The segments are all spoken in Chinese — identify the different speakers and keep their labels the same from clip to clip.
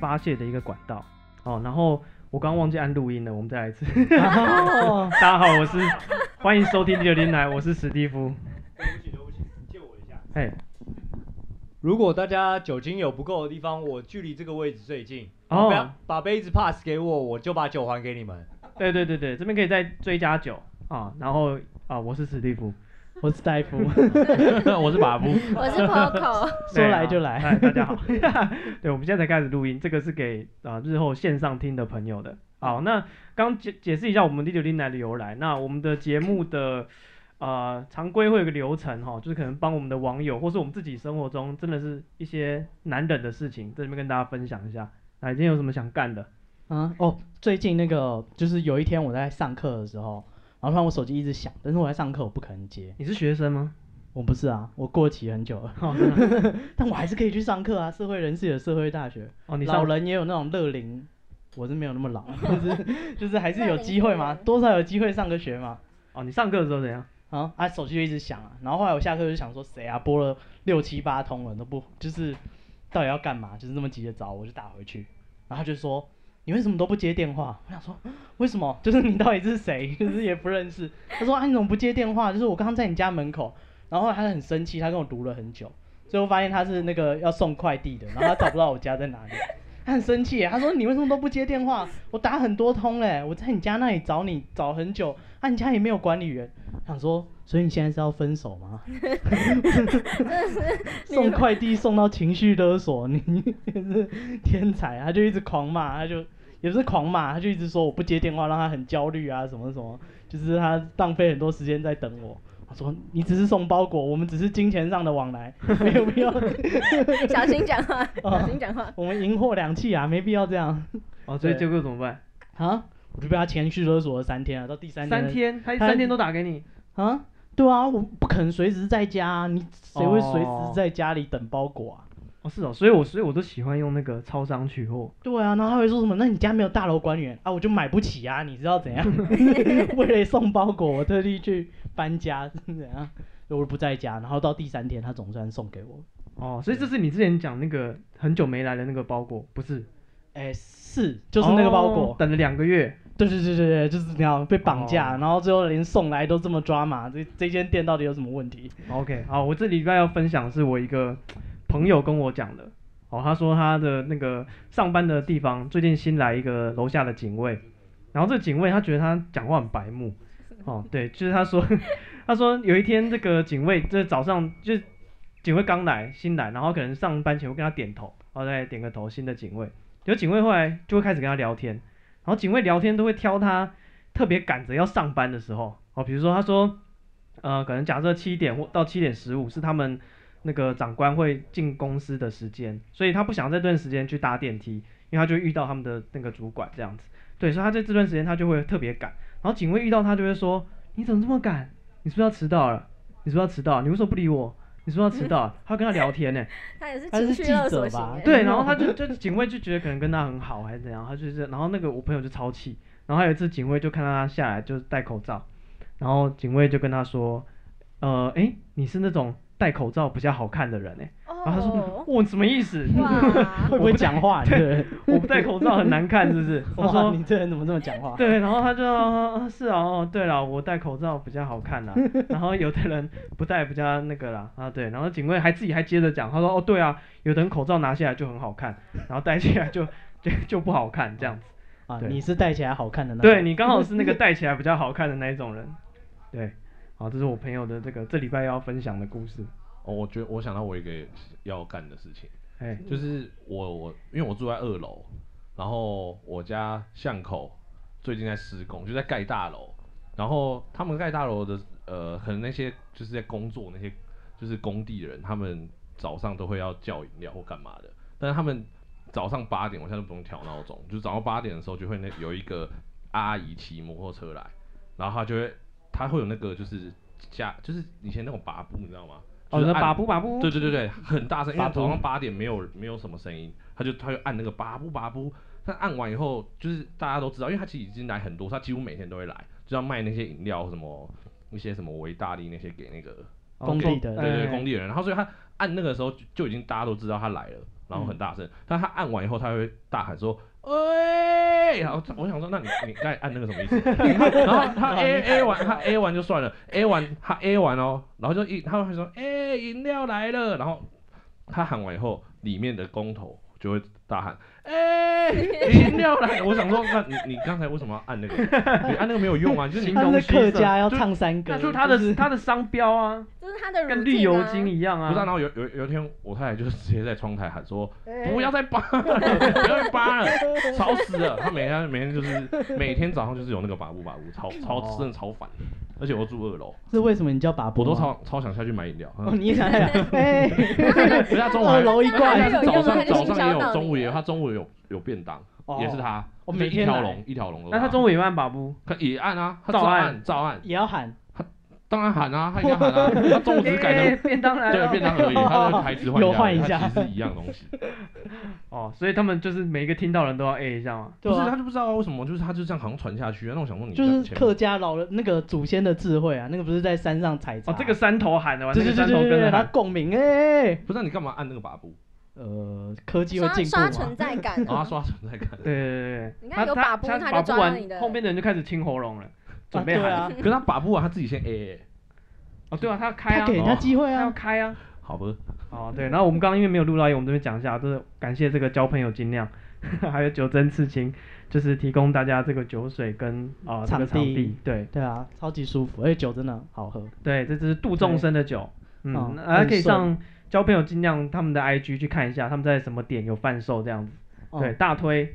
Speaker 1: 发泄的一个管道。哦，然后我刚忘记按录音了，我们再来一次。
Speaker 2: 哦，
Speaker 1: 大家好，我是 欢迎收听《六零来》，我是史蒂夫。哎
Speaker 3: 对不起，对不起，你借我一下。
Speaker 1: 嘿，
Speaker 3: 如果大家酒精有不够的地方，我距离这个位置最近，
Speaker 1: 哦
Speaker 3: 不要把杯子 pass 给我，我就把酒还给你 们。
Speaker 1: 对对对对，这边可以再追加酒啊、然后啊，我是史蒂夫。
Speaker 2: 我是戴夫，
Speaker 4: 我是马夫，
Speaker 5: 我是 Poco，
Speaker 2: 说
Speaker 1: 对
Speaker 2: 来
Speaker 1: 啊
Speaker 2: 就来
Speaker 1: 嗨，大家 好。 对，我们现在才开始录音，这个是给啊、呃日后线上听的朋友的。
Speaker 2: 嗯
Speaker 1: 好，那刚解解释一下我们第九零来的由来。那我们的节目的呃常规会有个流程哈、就是可能帮我们的网友或是我们自己生活中真的是一些难忍的事情，在这边跟大家分享一下。啊，今天有什么想干的？
Speaker 2: 啊，哦，最近那个就是有一天我在上课的时候，然后突然我手机一直响，但是我在上课我不可能接，
Speaker 1: 你是学生吗？
Speaker 2: 我不是啊，我过期很久了，
Speaker 1: 哦，真的
Speaker 2: 但我还是可以去上课啊，社会人士有社会大学，
Speaker 1: 哦你
Speaker 2: 老
Speaker 1: 上
Speaker 2: 人也有那种乐龄，我是没有那么老， 就是就是还是有机会嘛，
Speaker 5: 乐龄
Speaker 2: 多少有机会上个学嘛。
Speaker 1: 哦，你上课的时候怎样？
Speaker 2: 啊啊！手机就一直响啊，然后后来我下课就想说，谁啊拨了六七八通了都不就是到底要干嘛？就是那么急着找我，我就打回去，然后他就说你为什么都不接电话？我想说为什么？就是你到底是谁？ 就是也不认识。他说啊你怎么不接电话？就是我刚刚在你家门口，然后后来他很生气，他跟我读了很久，最后发现他是那个要送快递的，然后他找不到我家在哪里。他很生气耶，他说你为什么都不接电话？我打很多通嘞，我在你家那里找你找很久，啊，你家也没有管理员。想说，所以你现在是要分手吗？送快递送到情绪勒索，你 也是天才啊！他就一直狂骂，他就也不是狂骂，他就一直说我不接电话，让他很焦虑啊，什么什么，就是他浪费很多时间在等我。我说你只是送包裹，我们只是金钱上的往来，没有必要，哦
Speaker 5: 小心讲话， 小心讲话。
Speaker 2: 我们赢货两气啊，没必要这样
Speaker 1: 哦，所以
Speaker 2: 对
Speaker 1: 结果怎么办？
Speaker 2: 啊！我就被他情绪勒索了三天啊，到第三天
Speaker 1: 三
Speaker 2: 的
Speaker 1: 天，他
Speaker 2: 他
Speaker 1: 三天都打给你。
Speaker 2: 啊，对啊，我不可能随时在家、啊，你谁会随时在家里等包裹啊？
Speaker 1: 哦，是哦，所以我所以我都喜欢用那个超商取货。
Speaker 2: 对啊，然后他会说什么？那你家没有大楼管理员啊？我就买不起啊，你知 道怎样？ 为了送包裹，我特地去搬家，是怎样？我不在家，然后到第三天，他总算送给我。
Speaker 1: 哦，所以这是你之前讲那个很久没来的那个包裹，不是？
Speaker 2: 哎，是，就是那个包
Speaker 1: 哦
Speaker 2: 裹。
Speaker 1: 等了两个月。
Speaker 2: 对对对对对，就是那样被绑架，
Speaker 1: 哦
Speaker 2: 然后最后连送来都这么抓马，这这间店到底有什么 问题？
Speaker 1: OK，好，我这礼拜要分享是我一个朋友跟我讲的。哦，他说他的那个上班的地方最近新来一个楼下的警卫，然后这个警卫他觉得他讲话很白目。哦，对，就是他说 他说有一天这个警卫这早上就是警卫刚来新来，然后可能上班前会跟他点头，然后再点个头新的警卫，有警卫后来就会开始跟他聊天，然后警卫聊天都会挑他特别赶着要上班的时候，哦，比如说他说，呃，可能假设七点或到七点十五是他们那个长官会进公司的时间，所以他不想在这段时间去搭电梯，因为他就遇到他们的那个主管这样子，对，所以他在这段时间他就会特别赶，然后警卫遇到他就会说，你怎么这么赶？你是不是要迟到了？你是不是要迟到？你为什么不理我？你是不是要迟到了？他跟他聊天呢、
Speaker 5: 他也是
Speaker 2: 他
Speaker 5: 情
Speaker 2: 是
Speaker 5: 绪
Speaker 2: 记
Speaker 5: 勒
Speaker 2: 者
Speaker 5: 索型
Speaker 2: 吧
Speaker 5: 的，
Speaker 1: 对，然后他就就警卫就觉得可能跟他很好还是怎样，他就是，然后那个我朋友就超气，然后还有一次警卫就看到他下来就是戴口罩，然后警卫就跟他说，呃，诶，你是那种戴口罩比较好看的人哎、然后他说
Speaker 5: 哦，，
Speaker 1: 我什么意思？
Speaker 5: 哇，
Speaker 2: 会不会讲话？你 这个人
Speaker 1: 我不戴口罩很难看是不是？他
Speaker 2: 哇，
Speaker 1: 说
Speaker 2: 你这人怎么这么讲话？
Speaker 1: 对，然后他就、啊啊是啊哦，对了，我戴口罩比较好 看啦。然后有的人不戴比较那个啦啊，对。然后警卫还自己还接着讲，他说哦对啊，有的人口罩拿下来就很好看，然后戴起来就就就不好看这样子。
Speaker 2: 啊，
Speaker 1: 对
Speaker 2: 你是戴起来好看的那种
Speaker 1: 对你刚好哦是那 个戴起来比较好看的那一种人。对，好，这是我朋友的这个这礼拜要分享的故事。
Speaker 4: 哦，我觉得我想到我一个要干的事情，
Speaker 1: 哎，
Speaker 4: 就是我我因为我住在二楼，然后我家巷口最近在施工，就在盖大楼，然后他们盖大楼的呃，可能那些就是在工作那些就是工地的人，他们早上都会要叫饮料或干嘛的，但是他们早上八点，我现在都不用调闹钟，就是早上八点的时候就会那有一个阿姨骑摩托车来，然后她就会她会有那个就是加就是以前那种拔步，你知道吗？
Speaker 1: 哦，
Speaker 4: 就
Speaker 1: 那
Speaker 4: 是按
Speaker 1: 把布把布，
Speaker 4: 对对对对，很大声，因
Speaker 2: 巴
Speaker 4: 为
Speaker 2: 布
Speaker 4: 早上八点没有没有什么声音，他就他就按那个巴布巴布，但按完以后就是大家都知道，因为他其实已经来很多，他几乎每天都会来，就要卖那些饮料什么一些什么维大利那些给那个
Speaker 1: 哦
Speaker 2: 工地的
Speaker 4: 对对
Speaker 1: 哎
Speaker 4: 工地人，然后所以他按那个时候就就已经大家都知道他来了，然后很大声，但他按完以后，他会大喊说。喂，然后我想说，那你你该按那个什么意 思？然后他 A A 完，他 A 完就算了，A 完他 A 完哦，然后就一他会说，哎、饮料来了，然后他喊完以后，里面的工头就会大喊，哎、饮料来了。我想说，那你你刚才为什么要按那个？你按那个没有用啊，就是你
Speaker 1: 形
Speaker 2: 他
Speaker 1: 容
Speaker 2: 们
Speaker 1: 东
Speaker 2: 是
Speaker 1: 西
Speaker 2: 客
Speaker 1: 色
Speaker 2: 家要
Speaker 1: 就
Speaker 2: 唱三
Speaker 1: 那
Speaker 2: 歌，
Speaker 1: 就是他的他的商标啊，
Speaker 5: 这是他的
Speaker 1: 跟
Speaker 5: routine
Speaker 1: 绿油
Speaker 5: 啊
Speaker 1: 精一样
Speaker 4: 不是、啊，然
Speaker 1: 啊。
Speaker 4: 后有有有一天，我太太就是直接在窗台喊说：“不要 再扒了，不要再扒了，吵死了！”她每天每天就是每天早上就是有那个把布把布，超
Speaker 1: 哦
Speaker 4: 超真的超烦，而且我住二楼，
Speaker 2: 是为什么你叫把啊
Speaker 4: 我
Speaker 2: 波吗？
Speaker 4: 都超超想下去买饮
Speaker 1: 嗯
Speaker 4: 料。嗯
Speaker 2: 哦，你也想想，哎，
Speaker 4: 人家中午
Speaker 2: 二
Speaker 4: 还
Speaker 2: 楼一
Speaker 5: 那
Speaker 2: 罐
Speaker 5: 他，有
Speaker 4: 早
Speaker 5: 用吗
Speaker 4: 上
Speaker 5: 他就
Speaker 4: 早
Speaker 5: 行
Speaker 4: 上也
Speaker 5: 销到
Speaker 4: 有，中
Speaker 5: 你
Speaker 4: 午也有，
Speaker 5: 了
Speaker 4: 他中午有有便当，
Speaker 2: 哦
Speaker 4: 也是他，
Speaker 2: 哦
Speaker 4: 就
Speaker 2: 每
Speaker 4: 一
Speaker 2: 天
Speaker 4: 条
Speaker 2: 来
Speaker 4: 龙一条龙的。
Speaker 1: 那他中午也按把不？
Speaker 4: 可以按啊，他
Speaker 1: 照
Speaker 4: 照
Speaker 1: 按
Speaker 4: 按照按，
Speaker 2: 也要喊，
Speaker 4: 当然喊啊，他一定要 喊啊，他中午只是改
Speaker 1: 哎
Speaker 4: 成
Speaker 1: 便当来
Speaker 4: 对
Speaker 1: 了。
Speaker 4: 便当而已，他的台词换一
Speaker 2: 有
Speaker 4: 下
Speaker 2: 换
Speaker 4: 而
Speaker 2: 一下啊
Speaker 4: 已，他其实是一样东 西。
Speaker 1: 哦，所以他们就是每一个听到人都要 A 一下嘛。
Speaker 2: 对
Speaker 4: 不是，
Speaker 2: 啊
Speaker 4: 他就不知道啊为什么，就是他就这样好像传下去啊。那我想说你
Speaker 2: 就
Speaker 4: 在
Speaker 2: 是
Speaker 4: 前
Speaker 2: 客
Speaker 4: 面
Speaker 2: 家老人那个祖先的智慧啊，那个不是啊在山上采茶，
Speaker 1: 哦，这个山头喊的完，
Speaker 2: 对
Speaker 1: 这
Speaker 2: 对
Speaker 1: 个山
Speaker 2: 对
Speaker 1: 头
Speaker 2: 对
Speaker 1: 跟
Speaker 2: 对，
Speaker 1: 着
Speaker 2: 他
Speaker 1: 喊。
Speaker 2: 共鸣哎，
Speaker 4: 不是你干嘛按那个把布？
Speaker 2: 呃，科技会
Speaker 5: 刷
Speaker 2: 进步
Speaker 5: 刷
Speaker 2: 嘛
Speaker 5: 存，在 感
Speaker 4: 然后他
Speaker 5: 啊，
Speaker 4: 刷存在感
Speaker 1: 对，对对对
Speaker 5: 你
Speaker 1: 对，
Speaker 5: 看有把布
Speaker 1: 他
Speaker 5: 他就
Speaker 1: 把不
Speaker 5: 抓到你
Speaker 1: 完，
Speaker 5: 的
Speaker 1: 后面的人就开始清喉咙了，准
Speaker 2: 啊
Speaker 1: 备
Speaker 2: 对
Speaker 1: 喊。
Speaker 2: 啊，
Speaker 4: 可是他把布啊，他自己先 A A，
Speaker 1: 哦，对啊，他要开
Speaker 2: 他
Speaker 1: 啊，
Speaker 2: 给人家
Speaker 4: 哦
Speaker 2: 机会
Speaker 1: 他要
Speaker 2: 啊，
Speaker 1: 开啊。
Speaker 4: 好吧？
Speaker 1: 哦，对，然后我们刚刚因为没有录到音，我们这边讲一下，就是感谢这个交朋友精酿， 还有酒真刺青，就是提供大家这个酒水跟啊、这个
Speaker 2: 场
Speaker 1: 场
Speaker 2: 地
Speaker 1: 地，对
Speaker 2: 对啊，超级舒服，而且酒真的好喝，
Speaker 1: 对，这只是杜仲生的酒，
Speaker 2: 哦
Speaker 1: 嗯，大家可以
Speaker 2: 很顺
Speaker 1: 上交朋友精酿他们的 IG 去看一下，他们在什么点有贩售这样子，
Speaker 2: 哦
Speaker 1: 对，大推，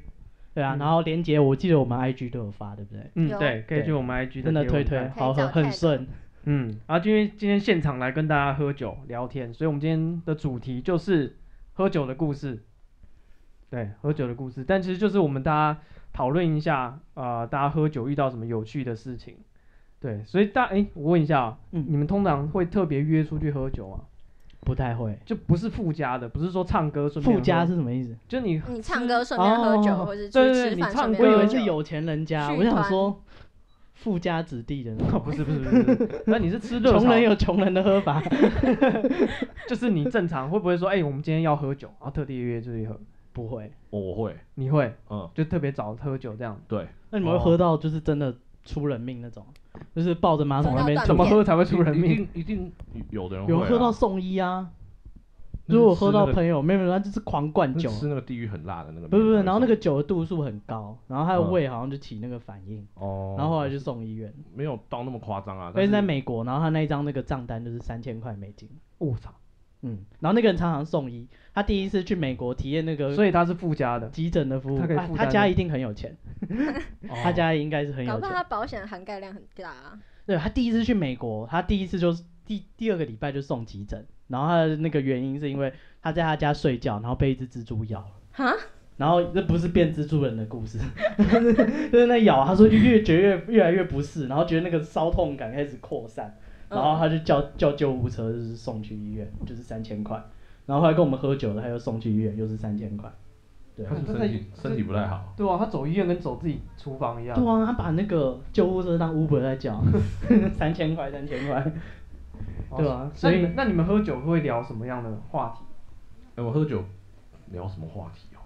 Speaker 2: 对啊，
Speaker 1: 嗯
Speaker 2: 然后连接我记得我们 IG 都有发，对不对？
Speaker 1: 嗯，
Speaker 5: 有
Speaker 1: 对，可以去我们 IG
Speaker 2: 真的
Speaker 1: 的贴
Speaker 2: 推
Speaker 1: 文
Speaker 2: 推
Speaker 1: 看，
Speaker 2: 好喝，很顺，
Speaker 1: 嗯，然后因为今天现场来跟大家喝酒聊天，所以我们今天的主题就是喝酒的故事。对，喝酒的故事，但其实就是我们大家讨论一下，呃，大家喝酒遇到什么有趣的事情。对，所以大哎、我问一下啊，
Speaker 2: 嗯
Speaker 1: 你们通常会特别约出去喝酒吗？
Speaker 2: 不太会。
Speaker 1: 就不是附加的，不是说唱歌顺便
Speaker 2: 附
Speaker 1: 喝
Speaker 2: 加，是什么意思？
Speaker 1: 就你
Speaker 5: 你唱歌顺便喝酒，
Speaker 2: 哦
Speaker 5: 或是去
Speaker 1: 对对
Speaker 5: 吃
Speaker 1: 对
Speaker 5: 饭
Speaker 1: 你
Speaker 5: 顺
Speaker 1: 唱
Speaker 5: 便
Speaker 2: 我以
Speaker 5: 喝
Speaker 2: 为
Speaker 5: 酒
Speaker 2: 是。有钱人家，
Speaker 5: 续
Speaker 2: 我想
Speaker 5: 团
Speaker 2: 说富家子弟的那
Speaker 1: 哦
Speaker 2: 种，
Speaker 1: 不是不是不是，不是 那你是吃热
Speaker 2: 穷
Speaker 1: 炒，
Speaker 2: 人有穷人的喝法。
Speaker 1: 就是你正常会不会说，哎、我们今天要喝酒，然后特地约出去喝？
Speaker 2: 不会，
Speaker 4: 我我会，
Speaker 1: 你会
Speaker 4: 嗯，
Speaker 1: 就特别早喝酒这样？
Speaker 4: 对，
Speaker 2: 那你们会喝到就是真的出人命那种，就是抱着马桶那边
Speaker 1: 怎
Speaker 5: 喝到
Speaker 1: 么
Speaker 2: 吐
Speaker 5: 断片
Speaker 1: 喝才会出人
Speaker 4: 一
Speaker 1: 命？
Speaker 4: 定一定有的人
Speaker 2: 有
Speaker 4: 会
Speaker 2: 人喝
Speaker 4: 啊
Speaker 2: 到送医啊。
Speaker 4: 那是
Speaker 2: 如果喝到
Speaker 4: 吃那个
Speaker 2: 朋友，没有没有，他就是狂灌
Speaker 4: 那
Speaker 2: 酒，
Speaker 4: 吃那个地狱很辣的那个面包，
Speaker 2: 不是不是，然后那个酒的度数很高，然后他的
Speaker 4: 嗯
Speaker 2: 胃好像就起那个反应，
Speaker 4: 哦，
Speaker 2: 然后后来就送医院。
Speaker 4: 没有到那么夸张啊，
Speaker 2: 而且在
Speaker 4: 但是
Speaker 2: 美国，然后他那一张那个账单就是三千块美金，
Speaker 1: 我操！
Speaker 2: 嗯，然后那个人常常送医，他第一次去美国体验那个
Speaker 1: 所以它是附加的，
Speaker 2: 急诊的服务，
Speaker 1: 他可以
Speaker 2: 啊
Speaker 1: 负
Speaker 2: 他
Speaker 1: 担
Speaker 2: 家
Speaker 1: 的
Speaker 2: 一定很有钱，他
Speaker 1: 哦
Speaker 2: 家应该是很
Speaker 5: 搞
Speaker 2: 有
Speaker 5: 不
Speaker 2: 钱
Speaker 5: 好。他保险涵盖量很大啊，
Speaker 2: 对他第一次去美国，他第一次就是第第二个礼拜就送急诊，然后他的那个原因是因为他在他家睡觉，然后被一只蜘蛛咬了。
Speaker 5: 哈？
Speaker 2: 然后这不是变蜘蛛人的故事， 就是那咬，他说就越觉得越越来越不适，然后觉得那个烧痛感开始扩散，然后他就叫叫救护车，就是送去医院，就是三千块。然后后来跟我们喝酒了，他又送去医院，又是三千块。对，
Speaker 4: 他是
Speaker 1: 这
Speaker 4: 身体
Speaker 1: 这
Speaker 4: 身体不太好，
Speaker 1: 对啊，他走医院跟走自己厨房一样。
Speaker 2: 对啊，他把那个救护车当 Uber 在叫， 三千块，三千块。
Speaker 1: 哦
Speaker 2: 对啊
Speaker 1: 那
Speaker 2: 所以
Speaker 1: 你们那你们喝酒会聊什么样的话题？
Speaker 4: 哎，我喝酒聊什么话题哦？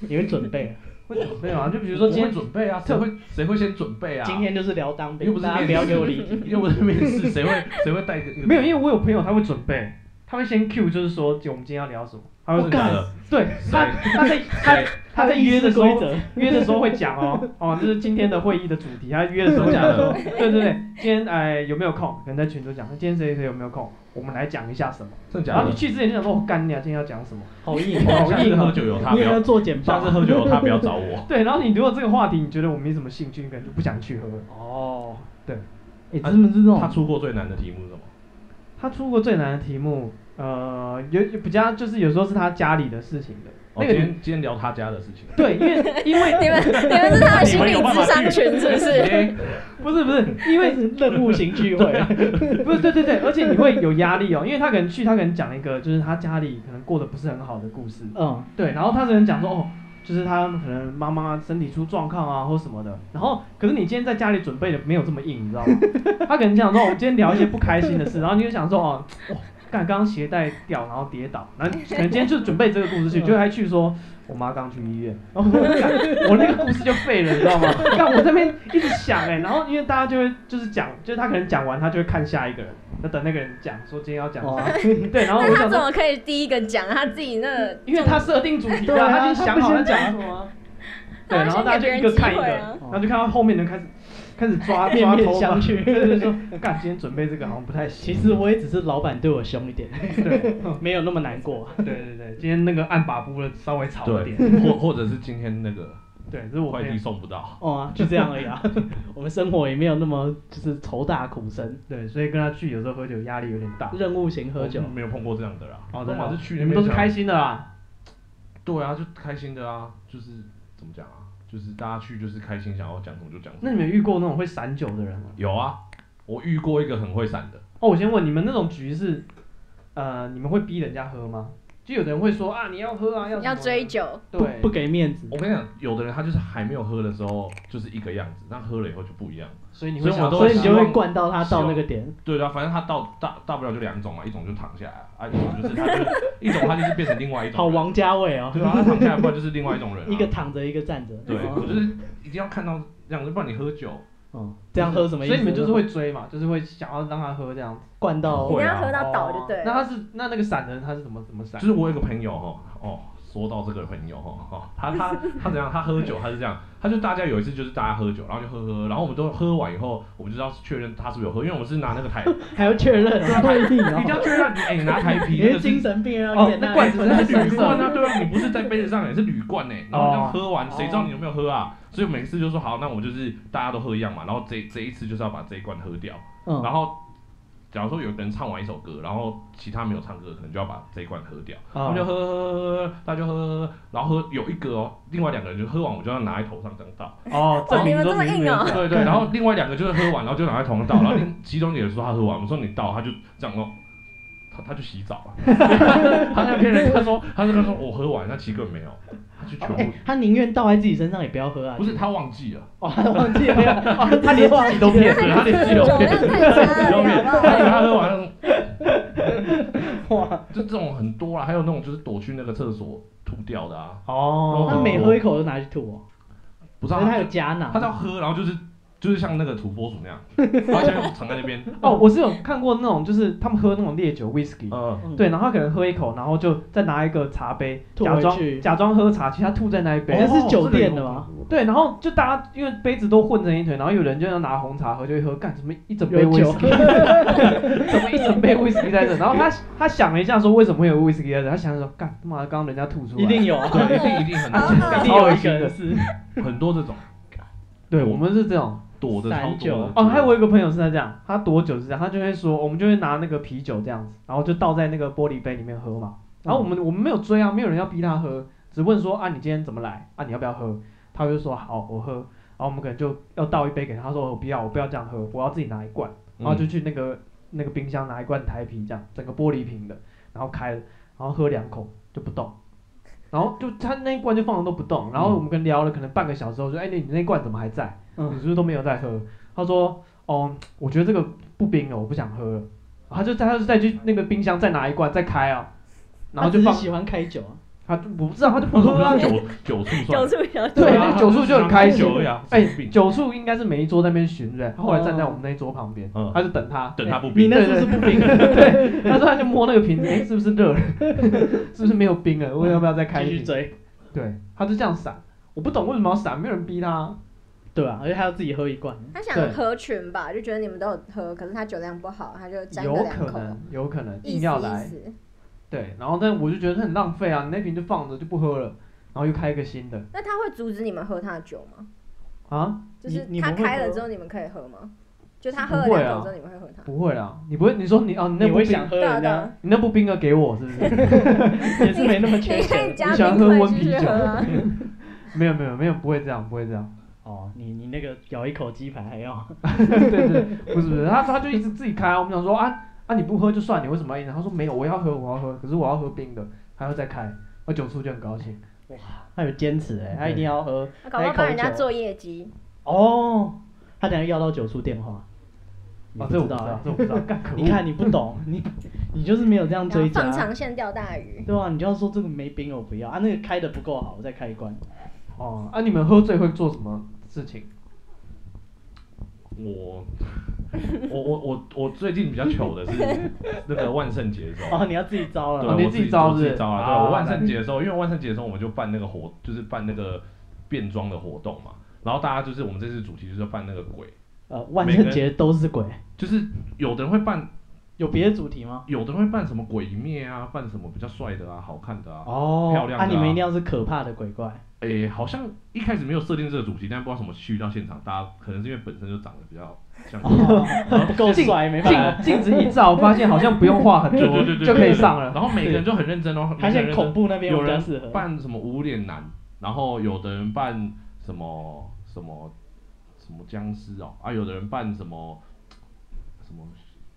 Speaker 2: 你们准备了？啊
Speaker 1: 会准备 吗？就比如说今天
Speaker 4: 我会准备啊，谁会谁会先准备啊？
Speaker 2: 今天就是聊当
Speaker 4: 又
Speaker 2: 兵，
Speaker 4: 不是
Speaker 2: 大家
Speaker 4: 面
Speaker 2: 不要给我
Speaker 4: 试
Speaker 2: 理。
Speaker 4: 又不是面试，谁会谁会带一个
Speaker 1: 没有，因为我有朋友他会准备，他会先 Q，就是说就我们今天要聊什么，他
Speaker 4: 真
Speaker 1: 会
Speaker 4: 的
Speaker 1: 准
Speaker 4: 假
Speaker 1: 备。
Speaker 4: 的？
Speaker 1: 对他
Speaker 4: 谁
Speaker 1: 他在他
Speaker 4: 谁
Speaker 1: 他在约的时
Speaker 2: 规
Speaker 1: 候
Speaker 2: 则，
Speaker 1: 约的时候会讲哦哦，这是今天的会议的主题。他约的时候
Speaker 4: 真的
Speaker 1: 讲
Speaker 4: 假的
Speaker 1: 说，对对对，今天哎有没有空？可能在群组讲，今天谁谁有没有空，我们来讲一下什么。
Speaker 4: 真的假
Speaker 1: 然后
Speaker 4: 的
Speaker 1: 你？去之前就想说，我干你啊，今天要讲什么？
Speaker 2: 好硬
Speaker 4: 哦
Speaker 2: 哦，
Speaker 4: 下
Speaker 2: 好
Speaker 4: 次
Speaker 2: 硬
Speaker 4: 喝
Speaker 2: 哦！
Speaker 4: 酒有他
Speaker 2: 你
Speaker 4: 不
Speaker 2: 也
Speaker 4: 要
Speaker 2: 要，做简
Speaker 4: 下
Speaker 2: 报
Speaker 4: 次？喝酒有他不要找 我。
Speaker 1: 对，然后你如果这个话题你觉得我没什么兴趣，你可能就不想去喝了。
Speaker 2: 哦，
Speaker 1: 对，
Speaker 2: 哎，真的是这
Speaker 4: 他
Speaker 2: 种，
Speaker 4: 出过最难的题目是什么？
Speaker 1: 他出过最难的题目，呃，有有比较就是有时候是他家里的事情的，
Speaker 4: 哦，
Speaker 1: 那个
Speaker 4: 今
Speaker 1: 你
Speaker 4: 天今天聊他家的事 情。
Speaker 1: 对，因为因为
Speaker 5: 你们你们是他的心理智商群是不是？
Speaker 4: 哎
Speaker 1: 不是不是因为
Speaker 2: 任务型聚 会，
Speaker 1: 不是对对对，而且你会有压力哦，因为他可能去，他可能讲一个就是他家里可能过得不是很好的故事，
Speaker 2: 嗯，
Speaker 1: 对，然后他可能讲说哦，就是他可能妈妈身体出状况啊或什么的，然后可是你今天在家里 准备的没有这么硬，你知道吗？他可能讲说，我今天聊一些不开心的事，然后你就想说哦，哇干刚刚鞋带掉，然后跌倒，然后可能今天就准备这个故事去，
Speaker 2: 嗯
Speaker 1: 就还去说我妈刚去医院， 然后我干我那个故事就废了，你知道吗？干我这边一直想哎、然后因为大家就会就是讲，就是他可能讲完，他就会看下一个人，就等那个人讲说今天要讲
Speaker 2: 哦
Speaker 1: 啥，对，然后
Speaker 5: 那
Speaker 1: 我
Speaker 5: 他
Speaker 1: 想
Speaker 5: 怎
Speaker 1: 说，
Speaker 5: 么可以第一个讲他自己那个？
Speaker 1: 因为他设定主题
Speaker 2: 对
Speaker 1: 啊，
Speaker 2: 啊
Speaker 1: 他已经想好
Speaker 2: 他
Speaker 1: 了
Speaker 2: 不先
Speaker 1: 讲
Speaker 2: 讲
Speaker 1: 什么啊，对，然后大家就一
Speaker 5: 他
Speaker 1: 个
Speaker 5: 先给别
Speaker 1: 看一
Speaker 5: 人机
Speaker 1: 个，
Speaker 5: 会啊
Speaker 1: 然后就看到后面人开始开始抓抓
Speaker 2: 面面
Speaker 1: 头发
Speaker 2: 相，觑
Speaker 1: 对 对对，说干今天准备这个好像不太行，
Speaker 2: 其实我也只是老板对我凶一点，
Speaker 1: 对。
Speaker 2: 没有那么难过。
Speaker 1: 对对对，今天那个按把布的稍微吵一
Speaker 4: 对
Speaker 1: 点，，
Speaker 4: 或或者是今天那个
Speaker 1: 对，这是我
Speaker 4: 快
Speaker 1: 朋友
Speaker 4: 递送不到，
Speaker 2: 哦、啊，就这样而已啊。 我们生活也没有那么就是愁大苦深，
Speaker 1: 对，所以跟他去有时候喝酒压力有点大。
Speaker 2: 任务型喝酒
Speaker 4: 我。没有碰过这样的啦。
Speaker 1: 哦，
Speaker 4: 都
Speaker 1: 真的
Speaker 4: 嘛
Speaker 1: 哦
Speaker 4: 是去
Speaker 1: 你
Speaker 4: 那
Speaker 1: 们
Speaker 4: 边
Speaker 1: 都是
Speaker 2: 啊
Speaker 4: 想
Speaker 1: 开心的啦。
Speaker 4: 对啊，就开心的啊，就是怎么讲啊，就是大家去就是开心，想要讲什么就讲什
Speaker 1: 那
Speaker 4: 么。
Speaker 1: 你们有遇过那种会散酒的人吗？
Speaker 4: 有啊，我遇过一个很会闪的，
Speaker 1: 哦，我先问你们那种局是，呃，你们会逼人家喝吗？就有的人会说啊，你要喝啊，要
Speaker 5: 要
Speaker 1: 要
Speaker 5: 追，酒，
Speaker 2: 不
Speaker 1: 对，
Speaker 2: 不给面子，
Speaker 4: 我跟你讲，有的人他就是还没有喝的时候就是一个样子，但喝了以后就不一样。
Speaker 1: 所以你会
Speaker 4: 所以我
Speaker 1: 想
Speaker 4: 都
Speaker 1: 说，
Speaker 2: 所以你
Speaker 4: 希
Speaker 2: 就
Speaker 4: 望
Speaker 2: 会灌到他到那个点。
Speaker 4: 对啊，反正他到大大不了就两种嘛，一种就躺下来，啊，一种就是他就一种他就是变成另外一种。
Speaker 2: 好。王家卫哦，
Speaker 4: 对啊，他躺下来，不然就是另外一种 人、啊。
Speaker 2: 一个躺着一个站着。
Speaker 4: 对，我
Speaker 2: 哦
Speaker 4: 就是一定要看到这样子，不然你喝酒
Speaker 2: 哦，这样喝什么意思？
Speaker 1: 所以你们就是会追嘛，就是会想要让他喝这样子。
Speaker 2: 灌到
Speaker 5: 你
Speaker 4: 会
Speaker 5: 要
Speaker 4: 啊
Speaker 5: 喝到倒就对
Speaker 1: 哦那
Speaker 5: 了。
Speaker 1: 他是那那个散的人他是怎么怎么散
Speaker 4: 就？是我有一个朋友哦，哦，说到这个朋友哦，哦他他他怎样？他喝酒，他是这样，他就大家有一次就是大家喝酒，然后就喝喝，然后我们都喝完以后，我们就是要确认他是不是有喝，因为我们是拿那个 台，
Speaker 2: 还要确认啊，不 一定
Speaker 4: 你
Speaker 2: 哦。
Speaker 4: 要确认，哎、你拿台啤，
Speaker 2: 你
Speaker 4: 那
Speaker 2: 是
Speaker 4: 个是
Speaker 2: 精神病啊要
Speaker 1: 哦
Speaker 2: 脸
Speaker 1: 那罐子
Speaker 4: 那
Speaker 1: 是
Speaker 4: 是铝
Speaker 1: 绿
Speaker 4: 罐
Speaker 1: 色
Speaker 4: 啊，对啊，你不是在杯子上，你是铝罐呢、然后
Speaker 2: 哦
Speaker 4: 这样喝完，谁知道你有没有喝啊？所以每次就说好，那我就是大家都喝一样嘛，然后这这一次就是要把这一罐喝掉。
Speaker 2: 嗯
Speaker 4: 然后假如说有个人唱完一首歌，然后其他没有唱歌的，可能就要把这一罐喝掉。他们就
Speaker 1: 啊，
Speaker 4: 喝喝喝喝，大家就喝喝喝，然后喝有一个哦，另外两个人就喝完，我就要拿在头上这样倒。
Speaker 1: 哦，证明
Speaker 5: 哦你们
Speaker 1: 说
Speaker 5: 这么
Speaker 1: 你是
Speaker 5: 硬
Speaker 1: 没有
Speaker 5: 哦
Speaker 1: 喝
Speaker 4: 对对，然后另外两个就是喝完，然后就拿在头上倒，然后另 其中一个人说他喝完，我说你倒，他就这样哦。他他去洗澡了，他那边人他说他那个说我喝完，那其实根本没有，他就全
Speaker 2: 哎
Speaker 4: 部，
Speaker 2: 他宁愿倒在自己身上也不要喝啊！
Speaker 4: 不是他忘记了，
Speaker 2: 哦，他忘记了， 哦他连自己都
Speaker 4: 对
Speaker 2: 骗
Speaker 4: 他连自己
Speaker 5: 哎酒
Speaker 4: 都
Speaker 5: 量
Speaker 4: 骗，
Speaker 5: 太差了，
Speaker 4: 都骗，
Speaker 5: 好不
Speaker 4: 他以为
Speaker 5: 好？
Speaker 4: 他喝完，
Speaker 2: 哇！
Speaker 4: 就这种很多啦，还有那种就是躲去那个厕所吐掉的啊，
Speaker 1: 哦，
Speaker 2: 他每喝一口就拿去吐哦，
Speaker 4: 不是
Speaker 2: 所
Speaker 4: 啊
Speaker 2: 以他
Speaker 4: 他
Speaker 2: 有
Speaker 4: 就
Speaker 2: 加囊
Speaker 4: 他。要喝，然后就是就是像那个土拨鼠那样，然后现在躺在那边，
Speaker 1: 哦，我是有看过那种，就是他们喝那种烈酒 whisky，
Speaker 4: 呃，
Speaker 2: 嗯
Speaker 1: 对，然后他可能喝一口，然后就再拿一个茶杯，
Speaker 2: 吐
Speaker 1: 假
Speaker 2: 回
Speaker 1: 装
Speaker 2: 去
Speaker 1: 假装喝茶，其实他吐在那一杯。
Speaker 2: 那是酒店
Speaker 1: 哦
Speaker 2: 的吗？
Speaker 1: 对，然后就大家因为杯子都混成一团，然后有人就要拿红茶喝，就会喝，干什么一整杯
Speaker 2: 有酒
Speaker 1: whisky，怎么一整杯 whisky 在这？然后他他想了一下，说为什么会有 whisky 在这？他想说，干他妈的刚刚人家吐出来，
Speaker 2: 一定有啊，
Speaker 4: 对，一定一定很
Speaker 5: 好
Speaker 4: 多
Speaker 5: 好
Speaker 2: 一定有一个人是
Speaker 4: 很多这种
Speaker 1: 对我们是这种。
Speaker 4: 躲的超
Speaker 2: 散酒
Speaker 4: 多的
Speaker 1: 哦，还有我有一个朋友是他这样，他躲酒是这样，他就会说，我们就会拿那个啤酒这样子，然后就倒在那个玻璃杯里面喝嘛。然后我们我们没有追啊，没有人要逼他喝，只问说啊你今天怎么来啊你要不要喝？他就说好我喝，然后我们可能就要倒一杯给他，他说我不要我不要这样喝，我要自己拿一罐，然后就去那个、那个冰箱拿一罐台啤这样，整个玻璃瓶的，然后开了，然后喝两口就不动。然后就他那一罐就放着都不动，然后我们跟聊了可能半个小时后说，哎、你你那一罐怎么还在？你
Speaker 2: 嗯
Speaker 1: 是不是都没有在喝？他说，哦，我觉得这个不冰了，我不想喝了。然后他就再他就再去那个冰箱再拿一罐再开啊，然后就
Speaker 2: 他只
Speaker 1: 放
Speaker 2: 是喜欢开酒啊，
Speaker 1: 他就我不知道他就不
Speaker 4: 我说
Speaker 1: 喝啊
Speaker 4: 那。酒酒醋
Speaker 5: 酒
Speaker 4: 算
Speaker 5: 醋小姐，
Speaker 1: 对，
Speaker 4: 啊
Speaker 1: 那酒醋就很开心
Speaker 4: 他就是喜欢喝酒而已啊。
Speaker 1: 哎
Speaker 4: 神经，病
Speaker 1: 酒醋应该是每一桌在那边巡对不对，他后来站在我们那一桌旁边
Speaker 4: 嗯，
Speaker 1: 他就等他。
Speaker 4: 等他不
Speaker 2: 你
Speaker 4: 逼，
Speaker 2: 那哎是不是不冰？
Speaker 1: 对，他说他就摸那个瓶子，哎，是不是热了？ 是不是没有冰了？我要不要再开一
Speaker 2: 继续
Speaker 1: 瓶？
Speaker 2: 追，
Speaker 1: 对，他就这样闪，我不懂为什么要闪，没有人逼他啊。
Speaker 2: 对啊，而且他要自己喝一罐，
Speaker 5: 他想
Speaker 1: 对
Speaker 5: 合群吧，就觉得你们都有喝，可是他酒量不好，他就沾
Speaker 1: 有
Speaker 5: 个
Speaker 1: 可
Speaker 5: 两口，啊
Speaker 1: 能，有可能
Speaker 5: 意
Speaker 1: 硬
Speaker 5: 思
Speaker 1: 要
Speaker 5: 意
Speaker 1: 来。
Speaker 5: 思。
Speaker 1: 对，然后但我就觉得很浪费啊，你那瓶就放着就不喝了，然后又开一个新的
Speaker 5: 那他会阻止你们喝他的酒吗？
Speaker 1: 啊？
Speaker 5: 就
Speaker 2: 你
Speaker 5: 是
Speaker 2: 你
Speaker 5: 他
Speaker 2: 们会
Speaker 5: 开了
Speaker 2: 喝
Speaker 5: 之后你们可以喝吗？就他
Speaker 1: 不
Speaker 5: 喝了
Speaker 1: 会
Speaker 5: 两
Speaker 1: 啊
Speaker 5: 口之后你们会喝他？
Speaker 1: 不会啦，你不会，你说你哦，你那
Speaker 2: 你
Speaker 1: 部
Speaker 2: 会
Speaker 1: 冰，
Speaker 2: 想喝
Speaker 5: 对啊
Speaker 2: 人
Speaker 5: 对
Speaker 2: 家，
Speaker 5: 啊，
Speaker 1: 你那部冰要给我是不是？
Speaker 2: 也是没那么缺
Speaker 5: 你可以
Speaker 2: 钱。
Speaker 5: 加
Speaker 1: 你喜欢
Speaker 5: 冰
Speaker 1: 喝
Speaker 5: 块
Speaker 1: 温
Speaker 5: 继
Speaker 1: 啤
Speaker 5: 续
Speaker 1: 酒
Speaker 5: 喝啊。
Speaker 1: 没有没有没有，不会这样，不会这样。
Speaker 2: 哦，你你那个咬一口鸡排还要，
Speaker 1: 对对，不是不是，他他就一直自己开啊，我们想说啊啊你不喝就算，你为什么要硬来？他说没有，我要喝我要喝，可是我要喝冰的，还要再开，那酒醋就很高兴。
Speaker 2: 他有坚持哎，他一定要喝。
Speaker 5: 搞
Speaker 2: 来
Speaker 5: 不好
Speaker 2: 一口
Speaker 5: 帮人家
Speaker 2: 酒
Speaker 5: 做业绩，
Speaker 2: 哦，他等下要到酒醋电话，
Speaker 1: 啊，
Speaker 2: 你
Speaker 1: 这
Speaker 2: 不
Speaker 1: 我
Speaker 2: 知
Speaker 1: 不知
Speaker 2: 道
Speaker 1: 道
Speaker 2: 欸，
Speaker 1: 这我不知 道，干可恶！
Speaker 2: 你看你不 懂，你你就是没有这样追
Speaker 5: 放
Speaker 2: 加，
Speaker 5: 长线钓大鱼，
Speaker 2: 对啊，你就要说这个没冰我不要啊，那个开的不够好，我再开 一罐。
Speaker 1: 哦，啊，你们喝醉会做什么事情？
Speaker 4: 我我我我我最近比较糗的是那个万圣节的时候。
Speaker 2: 哦，你要自己招
Speaker 4: 对，
Speaker 1: 哦
Speaker 2: 了，
Speaker 1: 你
Speaker 4: 我
Speaker 1: 自己招
Speaker 4: 我自
Speaker 1: 是不
Speaker 4: 己
Speaker 1: 是
Speaker 4: 招啊。
Speaker 1: 啊
Speaker 4: 对，我万圣节的时候，因为万圣节的时候我们就办那个活，就是办那个变装的活动嘛。然后大家就是我们这次主题就是办那个鬼，
Speaker 2: 呃，万圣节都是鬼，
Speaker 4: 就是有的人会扮，
Speaker 2: 有别的主题吗？
Speaker 4: 有的人会扮什么鬼灭啊，扮什么比较帅的啊，好看的啊。
Speaker 2: 哦
Speaker 4: 漂亮的
Speaker 2: 啊，
Speaker 4: 啊
Speaker 2: 你们一定要是可怕的鬼怪，
Speaker 4: 诶，好像一开始没有设定这个主题，但不知道什么去到现场，大家可能是因为本身就长得比较像。
Speaker 1: 哦
Speaker 2: 不 够帅没办法，
Speaker 1: 镜镜子一照，发现好像不用画很
Speaker 4: 对对对
Speaker 1: 多
Speaker 4: 对
Speaker 1: 就可以上了。
Speaker 4: 然后每个人就很认真哦，
Speaker 2: 还
Speaker 4: 每个
Speaker 2: 是
Speaker 4: 人
Speaker 2: 恐怖那边
Speaker 4: 有
Speaker 2: 比较
Speaker 4: 人
Speaker 2: 适合。
Speaker 4: 扮什么无脸男，然后有的人扮什么什么什么僵尸哦，啊，有的人扮什么什么，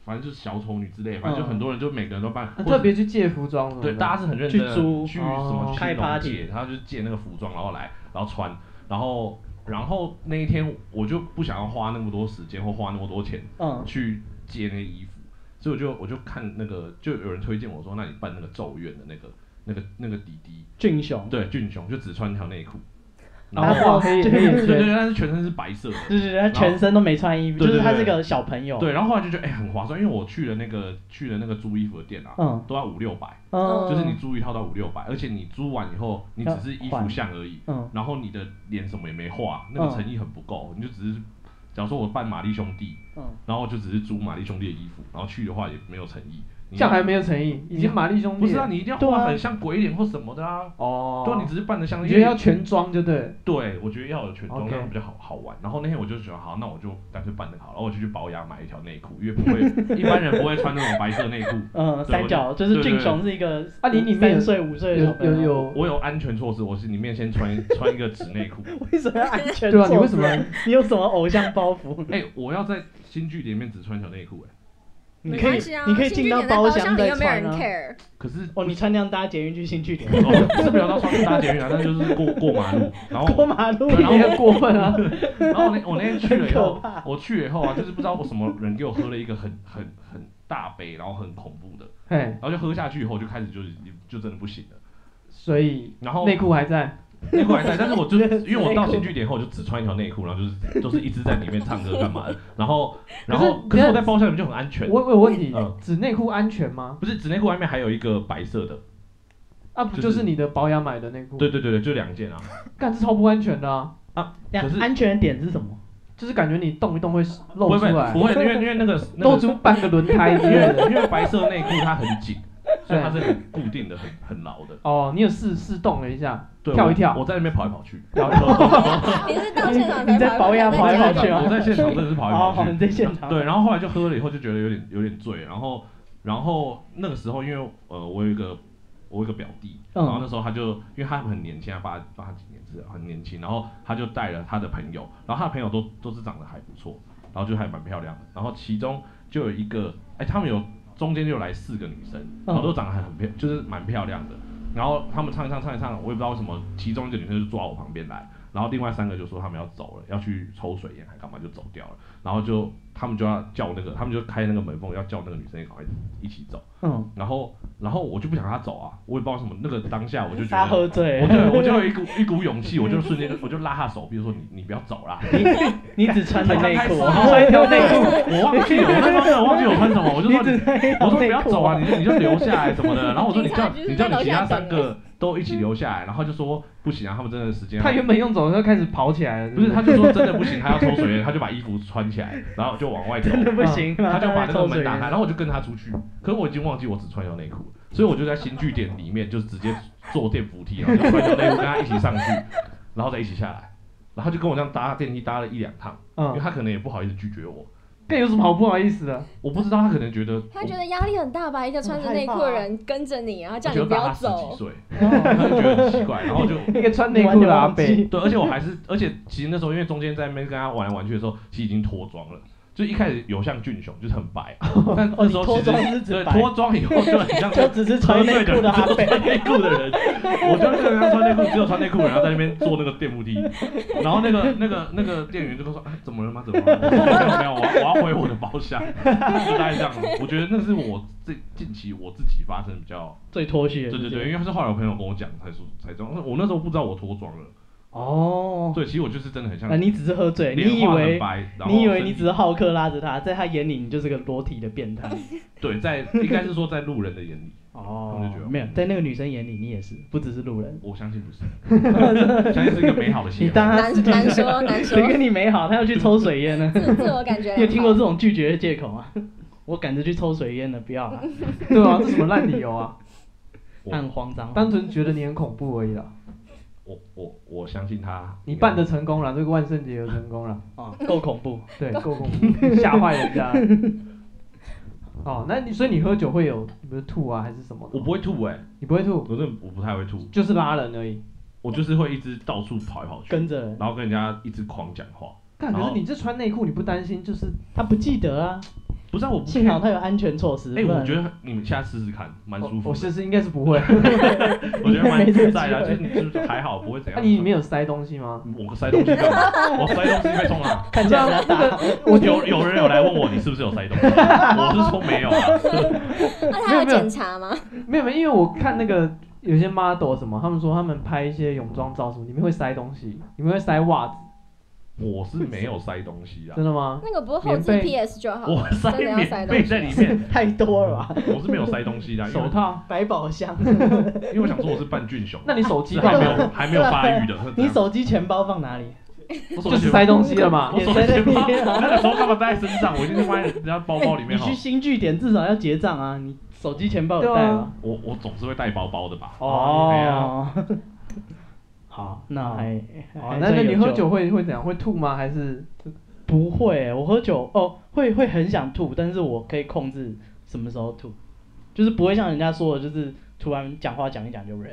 Speaker 4: 反正就是小丑女之类，反正就
Speaker 2: 嗯
Speaker 4: 很多人就每个人都扮，
Speaker 1: 很
Speaker 4: 或
Speaker 1: 特
Speaker 4: 者
Speaker 1: 别去借服装了。
Speaker 4: 对，大家是很认真的
Speaker 2: 去租
Speaker 4: 去什
Speaker 1: 哦
Speaker 4: 么
Speaker 2: 开
Speaker 4: 去
Speaker 2: party
Speaker 4: 借，他就借那个服装，然后来，然后穿，然后然后那一天我就不想要花那么多时间或花那么多钱
Speaker 2: 嗯，
Speaker 4: 去借那个衣服，所以我就我就看那个，就有人推荐我说，那你扮那个咒怨的那个那个那个弟弟。
Speaker 2: 俊雄，
Speaker 4: 对，俊雄就只穿一条内裤，然
Speaker 1: 然
Speaker 4: 后
Speaker 1: 后黑
Speaker 2: 就
Speaker 1: 黑眼
Speaker 4: 对对
Speaker 1: 圈，
Speaker 4: 对，但是全身是白色的。
Speaker 2: 对对对，他全身都没穿衣服，
Speaker 4: 对
Speaker 2: 就
Speaker 4: 对
Speaker 2: 是他
Speaker 4: 对
Speaker 2: 是个小朋友。
Speaker 4: 对，然后后来就觉得哎、很划算，因为我去了那个去了那个租衣服的店啊，
Speaker 2: 嗯
Speaker 4: 都要五六百，
Speaker 2: 嗯，
Speaker 4: 就是你租一套到五六百，而且你租完以后你只是衣
Speaker 2: 要
Speaker 4: 服
Speaker 2: 换
Speaker 4: 像而已，
Speaker 2: 嗯
Speaker 4: 然后你的脸什么也没画，那个
Speaker 2: 嗯
Speaker 4: 诚意很不够，你就只是假如说我扮玛丽兄弟，
Speaker 2: 嗯，
Speaker 4: 然后就只是租玛丽兄弟的衣服，然后去的话也没有诚意，你
Speaker 1: 这样还没有诚意，已经玛丽兄弟了。
Speaker 4: 不是啊，你一定要
Speaker 2: 对啊
Speaker 4: 画很像鬼脸或什么的啊，
Speaker 1: 哦，
Speaker 4: 对啊，你只是扮的像，
Speaker 1: 你
Speaker 4: 因
Speaker 1: 觉得
Speaker 4: 为
Speaker 1: 要全装就对了。
Speaker 4: 对，我觉得要有全装
Speaker 1: OK
Speaker 4: 那样比较好好玩。然后那天我就觉得好，那我就干脆办那个好了，然后我就去保养买一条内裤，因为不 会一般人不会穿那种白色内裤。
Speaker 2: 嗯，三角就是俊雄是一个
Speaker 1: 啊你里面有
Speaker 2: 三岁五岁的小
Speaker 1: 有
Speaker 2: 朋友
Speaker 1: 有，有，
Speaker 4: 我有安全措施，我是里面先穿穿一个纸内裤。
Speaker 2: 为什么要安全？
Speaker 1: 对啊，你为什么？
Speaker 2: 你有什么偶像包袱？
Speaker 4: 哎、我要在新剧里面只穿条内裤，哎，
Speaker 2: 你
Speaker 5: 没
Speaker 2: 可以
Speaker 5: 关系啊，
Speaker 2: 你可以
Speaker 5: 新
Speaker 2: 进
Speaker 5: 据
Speaker 2: 到
Speaker 5: 点在
Speaker 2: 包
Speaker 5: 厢
Speaker 2: 厢
Speaker 5: 里
Speaker 2: 再
Speaker 5: 又没有
Speaker 2: 穿
Speaker 5: 人
Speaker 2: 啊。
Speaker 5: care，
Speaker 4: 可是
Speaker 2: 哦，你穿那样搭捷运去新据点，
Speaker 4: 哦是不要到穿搭捷运啊，但就是过过马路，然后
Speaker 2: 过马路
Speaker 4: 哦对然后
Speaker 1: 你很过分啊！
Speaker 4: 然后我那我那天去了以后
Speaker 2: 很可怕，
Speaker 4: 我去了以后啊，就是不知道我什么人给我喝了一个很很很大杯，然后很恐怖的，
Speaker 1: 嘿，
Speaker 4: 然后就喝下去以后我就开始就是就真的不行了，
Speaker 1: 所以
Speaker 4: 然后
Speaker 1: 内裤还在，
Speaker 4: 内裤还在，但是我就因为我到新据点后，我就只穿一条内裤，然后就是就是一直在里面唱歌干嘛的，然后然后
Speaker 1: 可
Speaker 4: 可
Speaker 1: 是
Speaker 4: 是我在包厢里面就很安全，
Speaker 1: 我我有问题
Speaker 4: 嗯，
Speaker 1: 纸内裤安全吗？
Speaker 4: 不是纸内裤外面还有一个白色的，
Speaker 1: 啊，不就
Speaker 4: 就是
Speaker 1: 是你的保养买的内裤？
Speaker 4: 对，对对对，就两件啊，
Speaker 1: 干这超不安全的啊！
Speaker 2: 等一
Speaker 4: 可
Speaker 2: 下
Speaker 4: 是
Speaker 2: 安全点是什么？
Speaker 1: 就是感觉你动一动会
Speaker 4: 不
Speaker 1: 露
Speaker 4: 会
Speaker 1: 出
Speaker 4: 不会
Speaker 1: 来，
Speaker 4: 不会，因为因为那个那
Speaker 1: 露
Speaker 4: 个
Speaker 1: 出半个轮胎之
Speaker 4: 因
Speaker 1: 类的。
Speaker 4: 为因为白色内裤它很紧，所以它
Speaker 1: 对
Speaker 4: 是很固定的，很很牢的，
Speaker 1: 哦，你有试试动了一下，
Speaker 4: 对
Speaker 1: 跳一
Speaker 4: 我
Speaker 1: 跳
Speaker 4: 我在那边跑来跑去，
Speaker 1: 然后
Speaker 5: 你是到现场才
Speaker 2: 你在保养
Speaker 5: 在
Speaker 2: 跑来跑
Speaker 5: 家
Speaker 2: 去啊吗
Speaker 4: 我在现场真的是跑来
Speaker 2: 好
Speaker 4: 跑
Speaker 2: 哦好，
Speaker 4: 去
Speaker 2: 你，在现场。
Speaker 4: 对，然后后来就喝了以后就觉得有点有点醉，然后然后那个时候因为呃我有一个我有一个表弟，
Speaker 2: 嗯
Speaker 4: 然后那时候他就因为他很年轻，他八八几年是很年轻，然后他就带了他的朋友，然后他的朋友都都是长得还不错，然后就还蛮漂亮的，然后其中就有一个哎他们有中间就有来四个女生，然后都长得还很漂，就是蛮漂亮的。然后他们唱一唱唱一唱，我也不知道为什么，其中一个女生就坐到我旁边来，然后另外三个就说他们要走了，要去抽水烟还干嘛就走掉了。然后就他们就要叫那个，他们就开那个门缝要叫那个女生也赶快一起走。
Speaker 2: 嗯，
Speaker 4: 然后，然后我就不想她走啊，我也不知道为什么那个当下我就
Speaker 2: 他
Speaker 4: 觉得，
Speaker 2: 喝醉
Speaker 4: 我
Speaker 2: 了，
Speaker 4: 对 我就有一股一股勇气，我就瞬间我就拉她手臂说你你不要走啦，
Speaker 2: 你只穿着内裤，
Speaker 4: 才刚开始
Speaker 2: 穿一条内裤，
Speaker 4: 我忘记我那时候真的忘记我穿什么，我就
Speaker 2: 你
Speaker 4: 说
Speaker 2: 只
Speaker 4: 你
Speaker 2: 穿一条
Speaker 4: 我说你
Speaker 2: 内
Speaker 4: 不要
Speaker 2: 裤
Speaker 4: 走啊，你就你 就留下来什 么的。然后我说你叫你叫你其他三个都一起留下来，然后就说不行啊，他们真的时间
Speaker 1: 他原本用走的时候开始跑起来了，
Speaker 4: 不是，
Speaker 1: 他
Speaker 4: 他就说真的不行，他要抽水烟，他就把衣服穿起来，然后就往外 走。
Speaker 2: 真的不行，啊
Speaker 4: 他就把那个门打开，然
Speaker 2: 了。
Speaker 4: 后我就跟他出去。可是我已经忘记我只穿条内裤，所以我就在新据点里面就直接坐电扶梯，然后就穿条内裤跟他一起上去，然后再一起下来。然后就跟我这样搭电梯搭了一两趟，因
Speaker 1: 嗯，
Speaker 4: 为他可能也不好意思拒绝我，
Speaker 1: 更有什么好不好意思的？
Speaker 4: 我不知道他可能觉得
Speaker 5: 他觉得压力很大吧？一个穿着内裤的人跟着你，然后
Speaker 4: 我
Speaker 5: 叫
Speaker 4: 觉
Speaker 5: 你不
Speaker 4: 得大
Speaker 5: 要
Speaker 4: 他十几
Speaker 5: 走，
Speaker 4: 岁，他就觉得很奇怪，然后就
Speaker 1: 一个穿内裤的阿
Speaker 2: 完全忘
Speaker 1: 贝，
Speaker 2: 记
Speaker 4: 对，而且我还是，而且其实那时候因为中间在那边跟他玩来玩去的时候，其实已经脱妆了，就一开始有像俊雄，就是很白，啊 但那时候
Speaker 2: 哦你脱
Speaker 4: 其实
Speaker 2: 妆是指
Speaker 4: 对
Speaker 2: 白
Speaker 4: 脱妆以后就很 像
Speaker 2: 就只是穿内裤的阿贝，
Speaker 4: 穿内裤的人，我就看他穿内裤，只有穿内裤，然后在那边坐那个电扶梯，然后那个那个那个店员就说、啊、怎么了吗？怎么了吗？ 我说没有，没有，我要我要回我的包厢，就大概这样。我觉得那是我这近期我自己发生比较，
Speaker 2: 最脱序的
Speaker 4: 对
Speaker 2: 事
Speaker 4: 对
Speaker 2: 情。
Speaker 4: 对，因为是后来我朋友跟我讲才说才知道，我那时候不知道我脱妆了。
Speaker 2: 哦，
Speaker 4: 对，其实我就是真的很像
Speaker 2: 啊，，你只是喝醉，你
Speaker 4: 脸
Speaker 2: 以
Speaker 4: 画很
Speaker 2: 为
Speaker 4: 白，然后
Speaker 2: 你以为
Speaker 4: 身
Speaker 2: 你
Speaker 4: 体
Speaker 2: 只是好客拉着他，在他眼里你就是个裸体的变 态。
Speaker 4: 对，在应该是说在路人的眼里，
Speaker 2: 哦
Speaker 4: 他们就觉得
Speaker 2: 没有，在那个女生眼里你也是，不只是路人。
Speaker 4: 我相信 不是，相信是一个美好的
Speaker 2: 你
Speaker 4: 形
Speaker 2: 当
Speaker 4: 容。
Speaker 2: 他
Speaker 5: 难
Speaker 2: 是
Speaker 5: 难说难说
Speaker 2: 谁， 跟你没好，他要去抽水烟 呢？
Speaker 5: 自自我感觉良
Speaker 2: 你
Speaker 5: 好。
Speaker 2: 有听过这种拒绝的借口 吗？我赶着去抽水烟了，不要了，对啊，
Speaker 1: 这什么烂理由啊？
Speaker 4: 我
Speaker 2: 很慌张。
Speaker 1: 单纯觉得你很恐怖而已啦。
Speaker 4: 我我我相信他，
Speaker 1: 你办的成功了，这个万圣节有成功了，
Speaker 2: 啊，够恐怖。
Speaker 4: 嗯
Speaker 1: 对，够恐怖，吓坏人家。哦，那你所以你喝酒会有，比如吐啊还是什么？
Speaker 4: 我不，会吐哎、
Speaker 1: 你不会吐，
Speaker 4: 我真的我不太会吐，
Speaker 1: 就是拉人而已。
Speaker 4: 我就是会一直到处跑来跑去，
Speaker 2: 跟着人
Speaker 4: 然后跟人家一直狂讲话。
Speaker 1: 但可
Speaker 4: 然
Speaker 1: 是
Speaker 4: 后
Speaker 1: 你这穿内裤，你不担心就是
Speaker 2: 他不记得啊，
Speaker 4: 不是啊，我不
Speaker 2: 幸好他有安全措施。
Speaker 4: 哎、
Speaker 2: 不然
Speaker 4: 我觉得你们下次试试看，蛮舒
Speaker 1: 哦
Speaker 4: 服
Speaker 1: 我
Speaker 4: 的。
Speaker 1: 试试应该是不会。
Speaker 4: 我觉得蛮
Speaker 2: 没啊这个
Speaker 4: 自在的啊，
Speaker 2: 机会
Speaker 4: 就是你就是还好，不会怎
Speaker 1: 那
Speaker 4: 样。
Speaker 1: 你里面有塞东西吗？
Speaker 4: 我塞东西干嘛？我塞东西被冲啊！
Speaker 2: 看起来比较大，
Speaker 4: 我有有人有来问我，你是不是有 塞东西？我是说没有啊。
Speaker 5: 那他
Speaker 1: 没
Speaker 5: 要
Speaker 1: 有没有
Speaker 5: 检查吗？
Speaker 1: 没有没有，因为我看那个有些 model 什么，他们说他们拍一些泳装照什么，里面会塞东西，里面会塞袜子，
Speaker 4: 我是没有塞东西啊，
Speaker 1: 真的吗？
Speaker 5: 那个不是后置
Speaker 1: 棉被
Speaker 5: PS 就好，
Speaker 4: 我塞
Speaker 5: 真的要塞
Speaker 4: 棉
Speaker 5: 东
Speaker 4: 被
Speaker 5: 西
Speaker 4: 在里 面，
Speaker 2: 太多了吧？
Speaker 4: 我是没有塞东西的啊，因
Speaker 1: 手
Speaker 4: 为
Speaker 1: 套？
Speaker 2: 百宝箱，
Speaker 4: 因为我想说我是半俊雄，啊
Speaker 1: 那你手 机
Speaker 4: 是还
Speaker 1: 干
Speaker 4: 没
Speaker 1: 嘛？
Speaker 4: 有还没有发 育的。
Speaker 2: 你手机钱包放哪里？
Speaker 4: 我手
Speaker 1: 就
Speaker 4: 机
Speaker 1: 是塞东西了嘛
Speaker 4: 我。手机 包，那个时候干嘛带在身上？我一定是放在人家包包里面
Speaker 2: 哎你
Speaker 4: 哈
Speaker 2: 去。新据点至少要结账啊，你手机钱包有
Speaker 1: 对
Speaker 2: 带
Speaker 1: 啊
Speaker 2: 吗？
Speaker 4: 我我总是会带包包的吧？哎 呀，
Speaker 2: 哦， 好，那还
Speaker 1: 哦
Speaker 2: 还，
Speaker 1: 那
Speaker 2: 算
Speaker 1: 那你
Speaker 2: 有
Speaker 1: 喝
Speaker 2: 救
Speaker 1: 酒会会怎样？会吐吗？还是
Speaker 2: 不会，我喝酒哦，会会很想吐，但是我可以控制什么时候吐，就是不会像人家说的，就是突然讲话讲一讲就忍，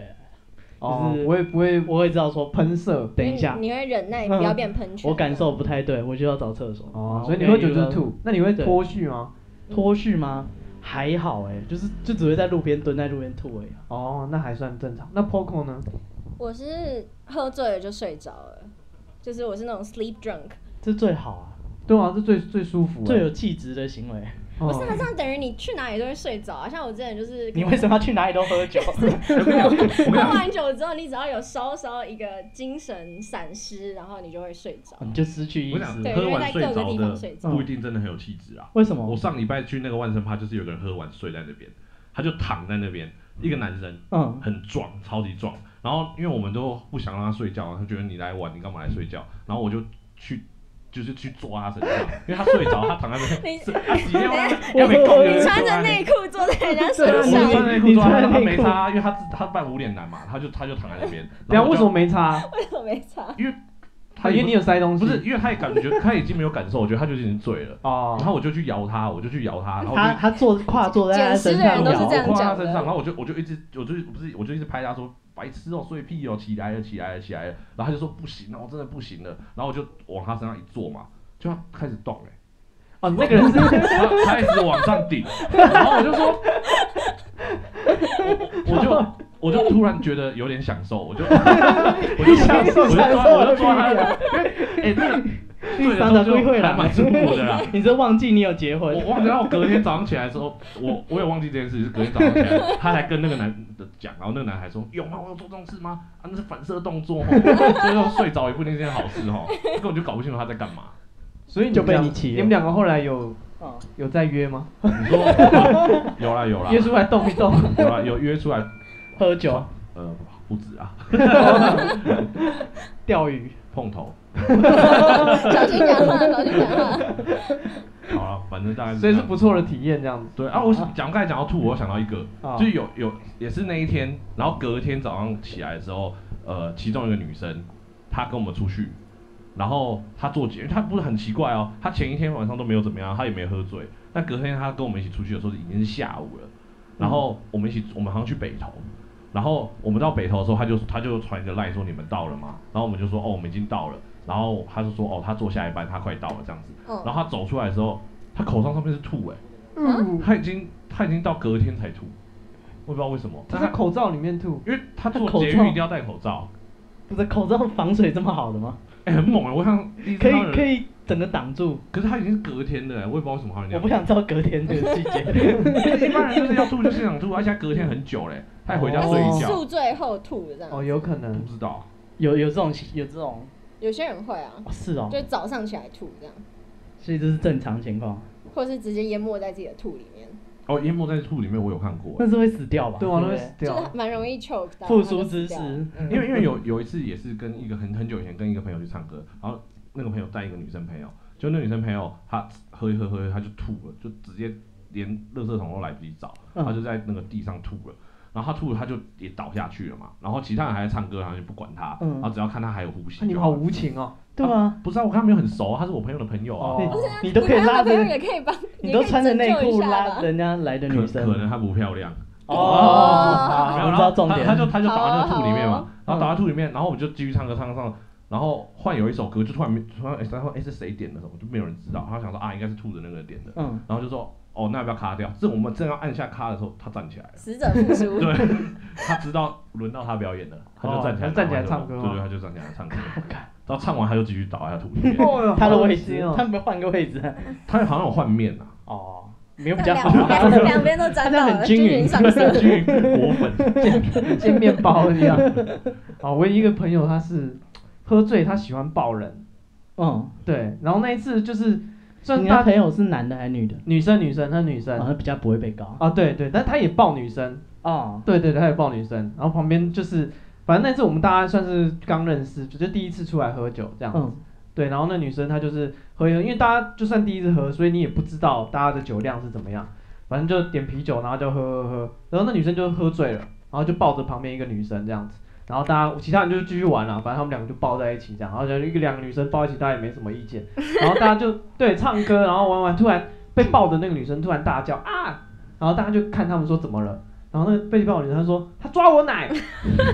Speaker 1: 哦
Speaker 2: 就是
Speaker 1: 不会不会
Speaker 2: 我会知道说喷，
Speaker 1: 喷射？
Speaker 2: 等一下，
Speaker 5: 你会忍耐，不要变喷泉。
Speaker 2: 我感受不太对，我就要找厕所。
Speaker 1: 哦，
Speaker 2: 我
Speaker 1: 所以你
Speaker 2: 可
Speaker 1: 喝酒就是
Speaker 2: 有
Speaker 1: 吐，那你会
Speaker 2: 对
Speaker 1: 脱序吗？
Speaker 2: 脱序吗？还好哎，就是就只会在路边蹲在路边吐而已啊。
Speaker 1: 哦，那还算正常。那 Poco 呢？
Speaker 5: 我是喝醉了就睡着了，就是我是那种 sleep drunk，
Speaker 2: 这最好啊，
Speaker 1: 对啊，这最最舒服欸。
Speaker 2: 最有气质的行为。
Speaker 1: 哦
Speaker 5: 不是啊它这样等于你去哪里都会睡着啊。像我之前就是
Speaker 2: 你为什么要去哪里都喝酒？
Speaker 5: 喝完酒之后，你只要有稍稍一个精神闪失，然后你就会睡着。
Speaker 2: 你就失去意
Speaker 4: 我想
Speaker 2: 识。
Speaker 5: 对
Speaker 4: 喝完睡
Speaker 5: 因为在各个
Speaker 4: 着
Speaker 5: 地方睡
Speaker 4: 的
Speaker 5: 着
Speaker 4: 不一定真的很有气质啊。
Speaker 2: 为什么
Speaker 4: 我？上礼拜去那个万圣趴，就是有个人喝完睡在那边，他就躺在那边，一个男生
Speaker 2: 嗯，
Speaker 4: 很壮，超级壮。然后因为我们都不想让他睡觉，啊他觉得你来晚，你干嘛来睡觉？然后我就去。就是去坐他身上，因为他睡着，他躺在那边，
Speaker 5: 你
Speaker 4: 是啊，几天
Speaker 2: 我
Speaker 4: 要被告
Speaker 5: 你穿
Speaker 4: 着
Speaker 5: 着内裤坐在人家
Speaker 4: 啊我
Speaker 5: 身
Speaker 4: 是
Speaker 5: 上，
Speaker 4: 穿内裤抓他，他没差，因为他他扮无脸男嘛，他就他就躺在那边。
Speaker 1: 等一下为什么
Speaker 4: 么？
Speaker 1: 没擦？
Speaker 5: 为什么没擦？
Speaker 1: 啊因为你有塞东西。
Speaker 4: 不是，因为他也感觉他已经没有感受，我觉得他就已经醉了。
Speaker 1: 哦
Speaker 4: 然，后我就去摇他，我啊就去摇他，然后
Speaker 2: 他他坐跨坐在他身上
Speaker 5: 捡尸的人都是这
Speaker 2: 摇
Speaker 5: 样
Speaker 4: 我跨他身上，然后我就我就一直我就不是我就一直拍他说白痴哦睡屁哦起来了起来了起来了，然后他就说不行哦真的不行了，然后我就往他身上一坐嘛，就他开始动哎、
Speaker 1: 哦，那个人是
Speaker 4: 然后开始往上顶，然后我就说，我就我就突然觉得有点享受，我就我就
Speaker 2: 享受
Speaker 4: 我就抓
Speaker 2: 享受
Speaker 4: 我就抓他的，哎、那个对
Speaker 2: 三的
Speaker 4: 的时候
Speaker 2: 归
Speaker 4: 就
Speaker 2: 会
Speaker 4: 还
Speaker 2: 了，
Speaker 4: 蛮舒服的啦。啊
Speaker 2: 你这忘记你有结
Speaker 4: 我
Speaker 2: 婚？
Speaker 4: 我忘记，然后我隔天早上起来的时候， 我我也忘记这件事，是隔天早上起 来，他还跟那个男的讲，然后那个男还说有吗？我有做这种事吗？啊，那是反射动作哦， 所以说睡着也不一定是件好事哦，根本就搞不清楚他在干嘛。
Speaker 1: 所以你
Speaker 2: 就被
Speaker 1: 们
Speaker 2: 你
Speaker 1: 两
Speaker 2: 起了
Speaker 1: 你们两个后来有
Speaker 2: 嗯
Speaker 1: 有再约吗？
Speaker 4: 你说有啦有啦
Speaker 1: 约出来动一 动。
Speaker 4: 有啦有约出来，
Speaker 2: 喝酒、
Speaker 4: 呃，不止啊，
Speaker 2: 钓鱼，
Speaker 4: 碰头。
Speaker 5: 小心讲话，小心讲话。
Speaker 4: 好了，反正大概
Speaker 1: 所以
Speaker 4: 这
Speaker 1: 是
Speaker 4: 样
Speaker 1: 不错的体验，这样子。
Speaker 4: 嗯对啊。我讲刚才讲到吐，我想到一个，
Speaker 1: 啊
Speaker 4: 就是有有也是那一天，然后隔天早上起来的时候，呃，其中一个女生她跟我们出去，然后她做节，因为她不是很奇怪哦，她前一天晚上都没有怎么样，她也没喝醉，但隔天她跟我们一起出去的时候已经是下午了，然后我们一起我们好像去北投。然后我们到北投的时候，她就她就传一个赖说你们到了吗？然后我们就说哦我们已经到了，然后他就说哦，他做下一班，他快到了这样子。
Speaker 5: 嗯
Speaker 4: 然后他走出来的时候，他口罩上面是吐哎、
Speaker 1: 嗯
Speaker 4: 他已经他已经到隔天才吐，我也不知道为什么。
Speaker 1: 他
Speaker 4: 但
Speaker 1: 在
Speaker 4: 他
Speaker 1: 口罩里面吐，
Speaker 4: 因为他
Speaker 2: 他
Speaker 4: 做
Speaker 2: 口
Speaker 4: 捷运
Speaker 2: 罩
Speaker 4: 一定要戴口罩，
Speaker 2: 不是口罩防水这么好的吗？
Speaker 4: 哎、很猛哎、我想第一次
Speaker 2: 可
Speaker 4: 看到
Speaker 2: 以
Speaker 4: 人
Speaker 2: 可以整个挡住，
Speaker 4: 可是他已经是隔天的、欸，我也不知道为什么他人家。
Speaker 2: 我不想知道隔天这个细节。
Speaker 4: 一般人就是要吐就现场吐，而且他隔天很久嘞、他还回家
Speaker 5: 他
Speaker 4: 睡一
Speaker 5: 是
Speaker 4: 觉。
Speaker 5: 宿醉后吐的这
Speaker 1: 哦，
Speaker 5: 样，
Speaker 1: 有可
Speaker 4: 不
Speaker 2: 嗯
Speaker 1: 能。
Speaker 4: 知道，
Speaker 2: 有有这种有这种、
Speaker 5: 有些人会啊，
Speaker 2: 哦是哦，
Speaker 5: 就早上起来吐这样，
Speaker 2: 所以这是正常情况，
Speaker 5: 或是直接淹没在自己的吐里面，
Speaker 4: 哦，淹没在吐里面我有看过欸、
Speaker 2: 那是会死掉吧？
Speaker 1: 对啊，那会死
Speaker 5: 就
Speaker 1: 掉。
Speaker 5: 是蛮容易 choke 到。
Speaker 2: 哦复
Speaker 5: 然
Speaker 2: 苏
Speaker 5: 后就死
Speaker 2: 之
Speaker 5: 掉
Speaker 2: 时，
Speaker 4: 因为因为有有一次也是跟一个很很久以前跟一个朋友去唱歌，然后那个朋友带一个女生朋友，就那女生朋友她喝一喝喝一喝，她就吐了，就直接连垃圾桶都来不及找，
Speaker 2: 嗯
Speaker 4: 她就在那个地上吐了。然后她吐了，她就也倒下去了嘛。然后其他人还在唱歌，然后就不管她，
Speaker 2: 嗯啊
Speaker 4: 然后只要看她还有呼吸
Speaker 1: 那
Speaker 4: 就。
Speaker 1: 你们好无情哦！
Speaker 2: 对啊，
Speaker 4: 不是啊，我跟她没有很熟，她是我朋友的朋友啊。
Speaker 1: 哦
Speaker 2: 你
Speaker 5: 你
Speaker 2: 都可以
Speaker 5: 朋友
Speaker 2: 拉
Speaker 5: 的朋友
Speaker 2: 着，
Speaker 5: 也可以帮，
Speaker 2: 你
Speaker 5: 也
Speaker 2: 都
Speaker 5: 可以
Speaker 2: 穿着
Speaker 5: 拯
Speaker 2: 内
Speaker 5: 救一
Speaker 2: 裤
Speaker 5: 下
Speaker 2: 拉
Speaker 5: 吧
Speaker 2: 人家来的
Speaker 4: 可
Speaker 2: 女
Speaker 4: 可
Speaker 2: 生。
Speaker 4: 能她不漂亮。
Speaker 2: 哦，
Speaker 5: 哦
Speaker 4: 没
Speaker 2: 好，
Speaker 4: 有
Speaker 2: 我
Speaker 4: 然
Speaker 2: 知
Speaker 4: 后
Speaker 2: 道重
Speaker 4: 他他
Speaker 2: 点。
Speaker 4: 就他就倒在那个
Speaker 5: 好啊
Speaker 4: 吐里面
Speaker 5: 好
Speaker 4: 嘛
Speaker 5: 啊，
Speaker 4: 然
Speaker 1: 嗯
Speaker 4: 后倒在吐里面，然后我们就继续唱歌唱歌唱歌，然后换有一首歌就突然没突然哎，然后哎是谁点的什么就没有人知
Speaker 1: 嗯
Speaker 4: 道，他想说啊应该是吐的那个人点的，
Speaker 2: 嗯，
Speaker 4: 然后就说哦那要不要卡掉？正我们正要按下卡的时候，他站起来 了，
Speaker 5: 死者复苏。
Speaker 4: 对，他知道轮到他表演了，他就站起来
Speaker 1: 哦他站起来唱歌
Speaker 4: 对
Speaker 1: 吗
Speaker 4: 对，他就站起来 唱歌，
Speaker 2: 我靠
Speaker 4: 然后唱完他就继续倒在吐里面，
Speaker 1: 哦
Speaker 2: 他的位置，他
Speaker 1: 哦，
Speaker 2: 们换个位置啊。
Speaker 4: 他好像有换面啊，
Speaker 2: 哦，没有比较好
Speaker 5: 两
Speaker 2: 啊。
Speaker 5: 边两边都沾
Speaker 2: 他这
Speaker 5: 到
Speaker 2: 样
Speaker 5: 了，
Speaker 2: 很均
Speaker 5: 均
Speaker 2: 匀
Speaker 5: 匀上 升。
Speaker 4: 均匀果粉，
Speaker 1: 煎面包一 样。哦，我有一个朋友他是喝醉，他喜欢抱人，
Speaker 2: 嗯，
Speaker 1: 对。然后那一次就是，虽然
Speaker 2: 你的
Speaker 1: 他
Speaker 2: 朋友是男的还是女的？
Speaker 1: 女生女生，他女
Speaker 2: 好
Speaker 1: 生
Speaker 2: 像比较不会被告。
Speaker 1: 啊，对对，但他也抱女生，
Speaker 2: 哦，
Speaker 1: 对对对，他也抱女生。然后旁边就是，反正那次我们大家算是刚认识，就就第一次出来喝酒这样。
Speaker 2: 嗯，
Speaker 1: 对，然后那女生她就是喝一喝，因为大家就算第一次喝，所以你也不知道大家的酒量是怎么样，反正就点啤酒，然后就喝喝喝，然后那女生就喝醉了，然后就抱着旁边一个女生这样子，然后大家其他人就继续玩了、啊反正他们两个就抱在一起这样，然后就一个两个女生抱一起，大家也没什么意见，然后大家就对唱歌，然后玩玩，突然被抱的那个女生突然大叫啊，然后大家就看他们说怎么了。然后那个被抱的女生她说她抓我奶，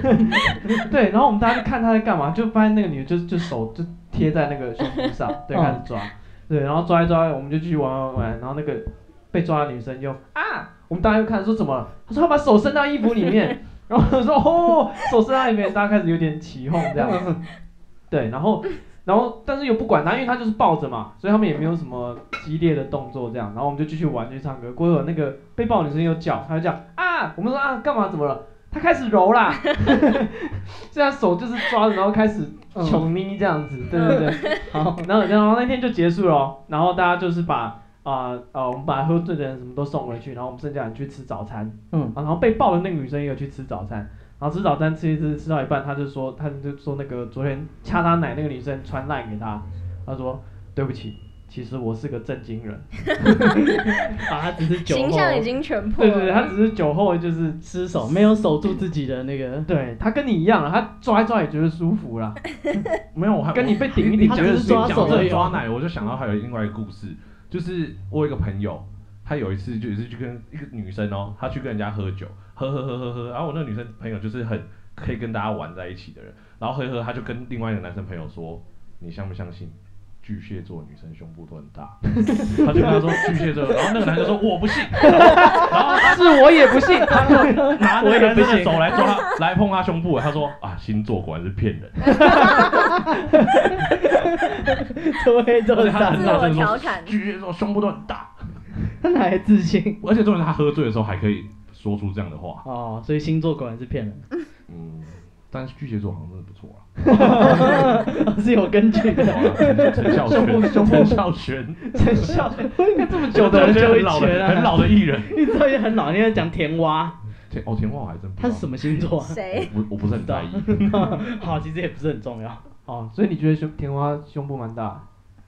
Speaker 1: 对，然后我们大家就看她在干嘛，就发现那个女的就就手就贴在那个胸部上，对，
Speaker 2: 嗯
Speaker 1: 开始抓，对，然后抓一抓，我们就继续玩玩玩，然后那个被抓的女生就啊，我们大家就看说怎么了，她说她把手伸到衣服里面， 然后我说哦，手伸到里面，大家开始有点起哄这样子，对，然后然后但是又不管她，因为她就是抱着嘛，所以他们也没有什么激烈的动作这样，然后我们就继续玩，继续唱歌，过一会儿那个被抱的女生又叫，她就叫啊，我们说啊干嘛怎么了？她开始揉啦， 这样手就是抓着，然后开始
Speaker 2: 嗯
Speaker 1: 穷咪这样子，对对对，
Speaker 2: 好，
Speaker 1: 然后然后那天就结束了哦、然后大家就是把啊呃我们把喝醉的人什么都送回去，然后我们剩下人去吃早餐，啊
Speaker 2: 嗯，
Speaker 1: 然后被抱的那个女生也有去吃早餐，然后吃早餐吃一吃吃到一半，她就说她就说那个昨天掐她奶那个女生传赖给她，她说对不起，其实我是个正经 人，
Speaker 2: 啊，他只是 酒
Speaker 5: 形
Speaker 2: 后
Speaker 5: 象已经全破
Speaker 1: 对
Speaker 5: 了。
Speaker 1: 对对，她只是酒后就是
Speaker 2: 失手，没有守住自己的那个。
Speaker 1: 对她跟你一样了，她抓一抓也觉得舒服 啦，
Speaker 4: 没有我哦还
Speaker 1: 跟你被顶一顶
Speaker 4: 他
Speaker 1: 觉
Speaker 4: 只
Speaker 1: 得
Speaker 4: 是
Speaker 1: 舒
Speaker 4: 抓
Speaker 1: 服
Speaker 2: 抓手
Speaker 4: 手啊
Speaker 2: 而已
Speaker 1: 啊
Speaker 4: 抓奶，我就想到还有另外一个故事，就是我有一个朋友，他有一次就也是去跟一个女生哦，他去跟人家喝酒，喝喝喝喝喝，然后我那个女生朋友就是很可以跟大家玩在一起的人，然后喝一喝他就跟另外一个男生朋友说，你相不相信？巨蟹座女生胸部都很大， 他就跟他说巨蟹座，然后那个男生说我不信，然
Speaker 2: 哦
Speaker 4: 后
Speaker 1: 是我也不信，
Speaker 4: 他就拿那
Speaker 2: 我
Speaker 4: 个
Speaker 2: 也
Speaker 4: 男
Speaker 2: 不
Speaker 4: 生的
Speaker 2: 信
Speaker 4: 手来抓他，来碰他胸部，他说啊星座果然是骗人。
Speaker 2: 对，都
Speaker 4: 而
Speaker 2: 是
Speaker 4: 且
Speaker 2: 啊
Speaker 4: 他
Speaker 2: 大
Speaker 4: 很
Speaker 5: 自
Speaker 4: 大
Speaker 5: 我
Speaker 4: 声
Speaker 5: 调
Speaker 4: 说，
Speaker 5: 侃，
Speaker 4: 巨蟹座胸部都很大，
Speaker 2: 他哪来自信？
Speaker 4: 而且重点是他喝醉的时候还可以说出这样的话，
Speaker 2: 哦，所以星座果然是骗人，
Speaker 4: 嗯，但是巨蟹座好像真的不错啊，
Speaker 2: 是有根据的。
Speaker 4: 陈孝全，陈孝全，
Speaker 1: 陈笑，看这么久的人
Speaker 4: 陈
Speaker 1: 就
Speaker 4: 孝全
Speaker 1: 会觉
Speaker 4: 很老的很
Speaker 1: 得，
Speaker 4: 老的艺人，
Speaker 2: 你知道也很老，你在讲甜蛙，
Speaker 4: 田哦田旺我还真不知
Speaker 2: 他
Speaker 4: 道
Speaker 2: 是什么星座啊？
Speaker 5: 谁？
Speaker 4: 我不我不是很在意，
Speaker 2: 好，其实也不是很重要。
Speaker 1: 哦，所以你觉得胸田花胸部蛮大？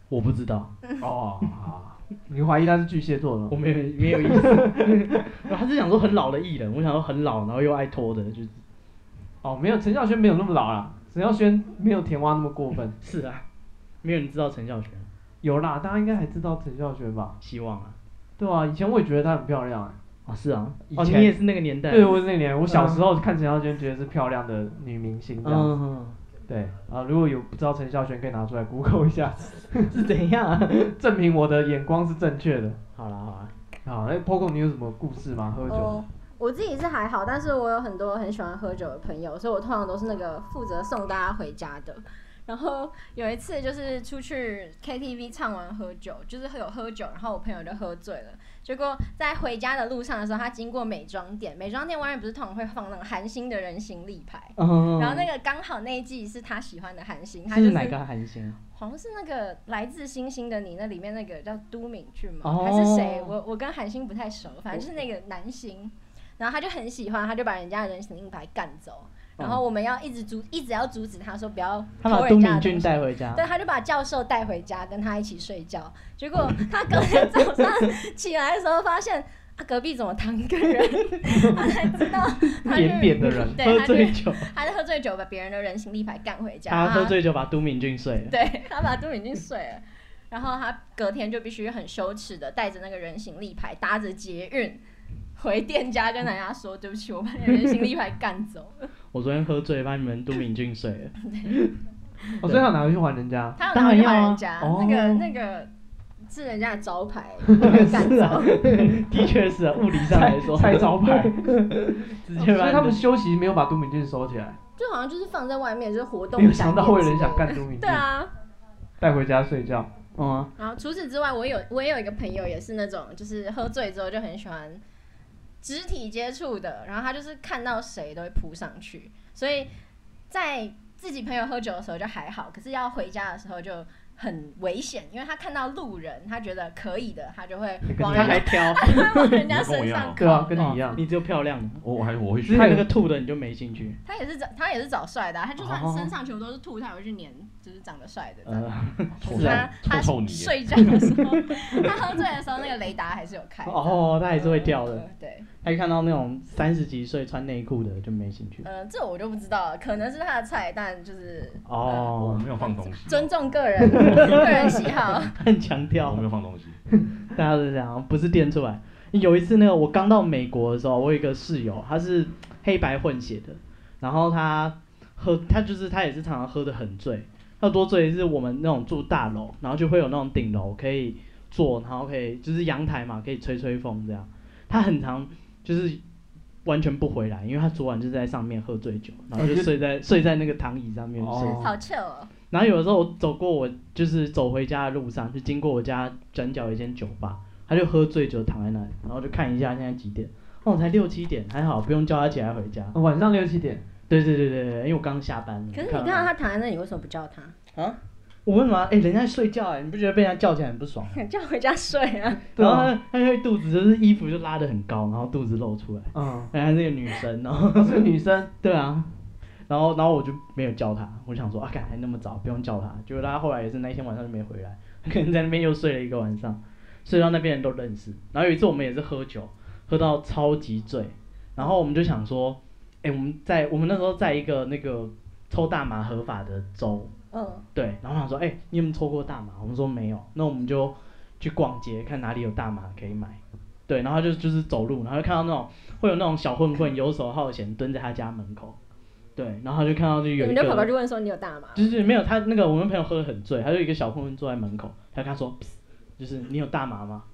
Speaker 2: 我不知道，
Speaker 1: 哦，好你怀疑他是巨蟹座的吗
Speaker 2: 我？没有没有意思。 然后他是想说很老的艺人，我想说很老，然后又爱拖的，就是
Speaker 1: 哦，没有，陈孝萱没有那么老啦，陈孝萱没有田蛙那么过分。
Speaker 2: 是啊，没有人知道陈孝全，
Speaker 1: 有啦，大家应该还知道陈孝萱吧？
Speaker 2: 希望啊，
Speaker 1: 对啊，以前我也觉得她很漂亮哎、
Speaker 2: 哦是啊，以
Speaker 1: 哦
Speaker 2: 前
Speaker 1: 你
Speaker 2: 你也是那个年代，
Speaker 1: 对，我那年我小时候看陈孝萱，觉得是漂亮的女明星这样子。
Speaker 2: 嗯嗯，
Speaker 1: 对啊，如果有不知道陈孝全，可以拿出来 Google 一下，
Speaker 2: 是怎样啊？
Speaker 1: 证明我的眼光是正确的。
Speaker 2: 好啦好啦，
Speaker 1: 好，那 Poco 你有什么故事吗？喝酒？
Speaker 5: 哦，我自己是还好，但是我有很多很喜欢喝酒的朋友，所以我通常都是那个负责送大家回家的。然后有一次就是出去 KTV 唱完喝酒，就是有喝酒，然后我朋友就喝醉了。结果在回家的路上的时候，他经过美妆店，美妆店外面不是通常会放那种韩星的人形立牌，
Speaker 2: 嗯
Speaker 5: 然后那个刚好那一季是他喜欢的韩星，他就是是
Speaker 2: 哪个韩星？啊
Speaker 5: 好像是那个来自星星的你那里面那个叫都敏俊吗？
Speaker 2: 哦
Speaker 5: 还是谁？我我跟韩星不太熟，反正就是那个男星，然后他就很喜欢，他就把人家的人形立牌干走，然后我们要一直阻，一直要阻止他说不要
Speaker 2: 哦他
Speaker 5: 偷
Speaker 2: 把都
Speaker 5: 人家
Speaker 2: 敏
Speaker 5: 的东
Speaker 2: 俊
Speaker 5: 西。
Speaker 2: 带回家，
Speaker 5: 对，他就把教授带回家，跟他一起睡觉。结 果他隔天早上起来的时候，发现他隔壁怎么躺一 个人，他才知道他是
Speaker 1: 扁扁的人
Speaker 5: 对，
Speaker 2: 喝
Speaker 5: 他就
Speaker 2: 醉酒，
Speaker 5: 他就喝醉酒把别人的人形立牌干回家，啊
Speaker 2: 他
Speaker 5: 然后
Speaker 2: 喝醉酒把都敏俊睡了。
Speaker 5: 对他把杜敏俊睡了，然后他隔天就必须很羞耻的带着那个人形立牌搭着捷运回店家，跟人家说对不起，我把你的人形立牌干走了。
Speaker 2: 我昨天喝醉把你们都敏俊睡了，
Speaker 1: 哦，所以要拿回去还人家。
Speaker 5: 他有
Speaker 2: 当
Speaker 5: 拿
Speaker 2: 然
Speaker 5: 去
Speaker 2: 要啊
Speaker 5: 还人 家，
Speaker 1: 哦
Speaker 5: 那个那个是人家的招牌， 被干
Speaker 2: 是啊
Speaker 5: 走。，
Speaker 2: 的确是啊，物理上来说，
Speaker 1: 菜招 牌，
Speaker 2: 直
Speaker 1: 所
Speaker 2: 接
Speaker 1: 以
Speaker 2: 把
Speaker 1: 他们休息没有把都敏俊收起来，
Speaker 5: 就好像就是放在外面，就是活动
Speaker 1: 没有
Speaker 5: 展
Speaker 1: 想到
Speaker 5: 演
Speaker 1: 会有
Speaker 5: 之
Speaker 1: 人
Speaker 5: 类
Speaker 1: 想
Speaker 5: 的
Speaker 1: 干都敏俊，
Speaker 5: 对啊，
Speaker 1: 带回家睡觉。
Speaker 2: 嗯啊，
Speaker 5: 然后除此之外，我有我也有一个朋友也是那种，就是喝醉之后就很喜欢肢体接触的，然后他就是看到谁都会扑上去，所以在自己朋友喝酒的时候就还好，可是要回家的时候就很危险，因为他看到路人，他觉得可以的，他就会往
Speaker 2: 他
Speaker 5: 人
Speaker 2: 还
Speaker 5: 家
Speaker 2: 挑，
Speaker 5: 他会往人家
Speaker 4: 你跟我
Speaker 5: 身
Speaker 4: 一样
Speaker 5: 上
Speaker 4: 哦
Speaker 1: 对啊
Speaker 5: 靠，
Speaker 1: 跟你一样。
Speaker 2: 你只有漂亮的，
Speaker 4: 我我还我会
Speaker 2: 只
Speaker 4: 去
Speaker 2: 是那个吐的你就没兴趣。
Speaker 5: 他也是找他也是找帅的啊、他就算
Speaker 2: 哦
Speaker 5: 身上全部都是吐，他也会去粘，就是长得帅的这样。
Speaker 2: 呃，
Speaker 4: 臭
Speaker 5: 是啊，他
Speaker 4: 臭臭你耶，
Speaker 5: 睡觉的时候，他喝醉的时候，那个雷达还是有开。
Speaker 2: 哦，他还是会掉的。
Speaker 5: 呃。对，
Speaker 2: 他看到那种三十几岁穿内裤的就没兴趣。
Speaker 5: 呃，这我就不知道了，可能是他的菜，但就是
Speaker 4: 我
Speaker 2: 哦，
Speaker 4: 没有放东西，
Speaker 5: 尊重个 人个人喜好。
Speaker 2: 很强
Speaker 4: 我
Speaker 2: 调
Speaker 4: 没，有放东西，
Speaker 2: 大家都这样，不是垫出来。有一次那个我刚到美国的时候，我有一个室友，他是黑白混血的，然后他喝，他就是他也是常常喝得很醉，他有多醉是我们那种住大楼，然后就会有那种顶楼可以坐，然后可以就是阳台嘛，可以吹吹风这样。他很常就是完全不回来，因为他昨晚就在上面喝醉酒，然后就睡在睡在那个躺椅上面睡
Speaker 1: 哦
Speaker 5: 好 chill 哦，
Speaker 2: 然后有的时候我走过我就是走回家的路上，就经过我家转角有一间酒吧，他就喝醉酒躺在那里，然后就看一下现在几点，哦才六七点，还好不用叫他起来回家。
Speaker 1: 晚上六七点，
Speaker 2: 对对对对对，因为我刚下班。
Speaker 5: 可是你
Speaker 2: 看
Speaker 5: 看
Speaker 2: 到
Speaker 5: 到
Speaker 2: 他，
Speaker 5: 他躺在那里，为什么不叫他？
Speaker 2: 我为什么要？哎、人家在睡觉哎、你不觉得被人家叫起来很不爽？
Speaker 5: 叫回家睡啊！
Speaker 1: 对
Speaker 2: 然后
Speaker 1: 啊
Speaker 2: 他他就会肚子就是衣服就拉得很高，然后肚子露出来，
Speaker 1: 嗯，
Speaker 2: 然后她是个女生，然后
Speaker 1: 她是女生，
Speaker 2: 对啊，然后然后我就没有叫他，我想说啊，干还那么早，不用叫他。结果他后来也是那一天晚上就没回来，他可能在那边又睡了一个晚上，睡到那边人都认识。 然后有一次我们也是喝酒，喝到超级醉，然后我们就想说，哎、我们在我们那时候在一个那个抽大麻合法的州，
Speaker 5: 嗯，
Speaker 2: 对，然后他说，哎、你有没有抽过大麻？我们说没有，那我们就去逛街看哪里有大麻可以买。对，然后他就就是走路，然后就看到那种会有那种小混混游手好闲蹲在他家门口，对，然后他就看到就
Speaker 5: 你
Speaker 2: 有一
Speaker 5: 们
Speaker 2: 个，
Speaker 5: 就跑过去问说你有大麻？
Speaker 2: 就是没有他那个我们朋友喝的很醉，他就有一个小混混坐在门口，他就跟他说，就是你有大麻吗？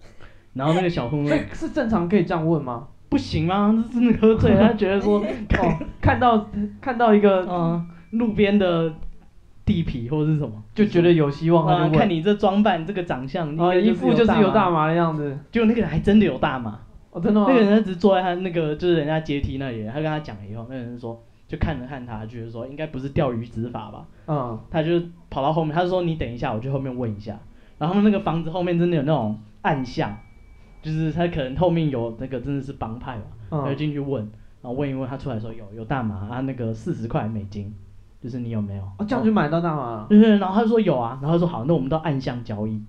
Speaker 2: 然后那个小混
Speaker 1: 所
Speaker 2: 混
Speaker 1: 以是正常可以这样问吗？
Speaker 2: 不行吗？这真的喝醉了，他觉得 说，
Speaker 1: 哦，看到看到一
Speaker 2: 嗯、
Speaker 1: 个
Speaker 2: 路边的地痞或者是什么。
Speaker 1: 就觉得有希望，
Speaker 2: 哇
Speaker 1: 他就
Speaker 2: 呃看
Speaker 1: 问，
Speaker 2: 你这装扮，这个长相，
Speaker 1: 哦，一副就是有
Speaker 2: 麻
Speaker 1: 大麻的样子，
Speaker 2: 结果那个人还真的有大麻，
Speaker 1: 哦，真的吗
Speaker 2: 那？个人他只坐在他那个就是人家阶梯那里，他跟他讲了以后，那个人说就看了看他，觉得说应该不是钓鱼执法吧，
Speaker 1: 嗯，
Speaker 2: 他就跑到后面，他就说你等一下，我去后面问一下。然后他们那个房子后面真的有那种暗巷，就是他可能后面有那个真的是帮派吧，他就
Speaker 1: 嗯，
Speaker 2: 进去问，然后问一问，他出来说有有大麻啊，那个四十块美金，就是你有没有？
Speaker 1: 哦，这样就买到大麻了，
Speaker 2: 就是然后他就说有啊，然后他说好，那我们到暗巷交易。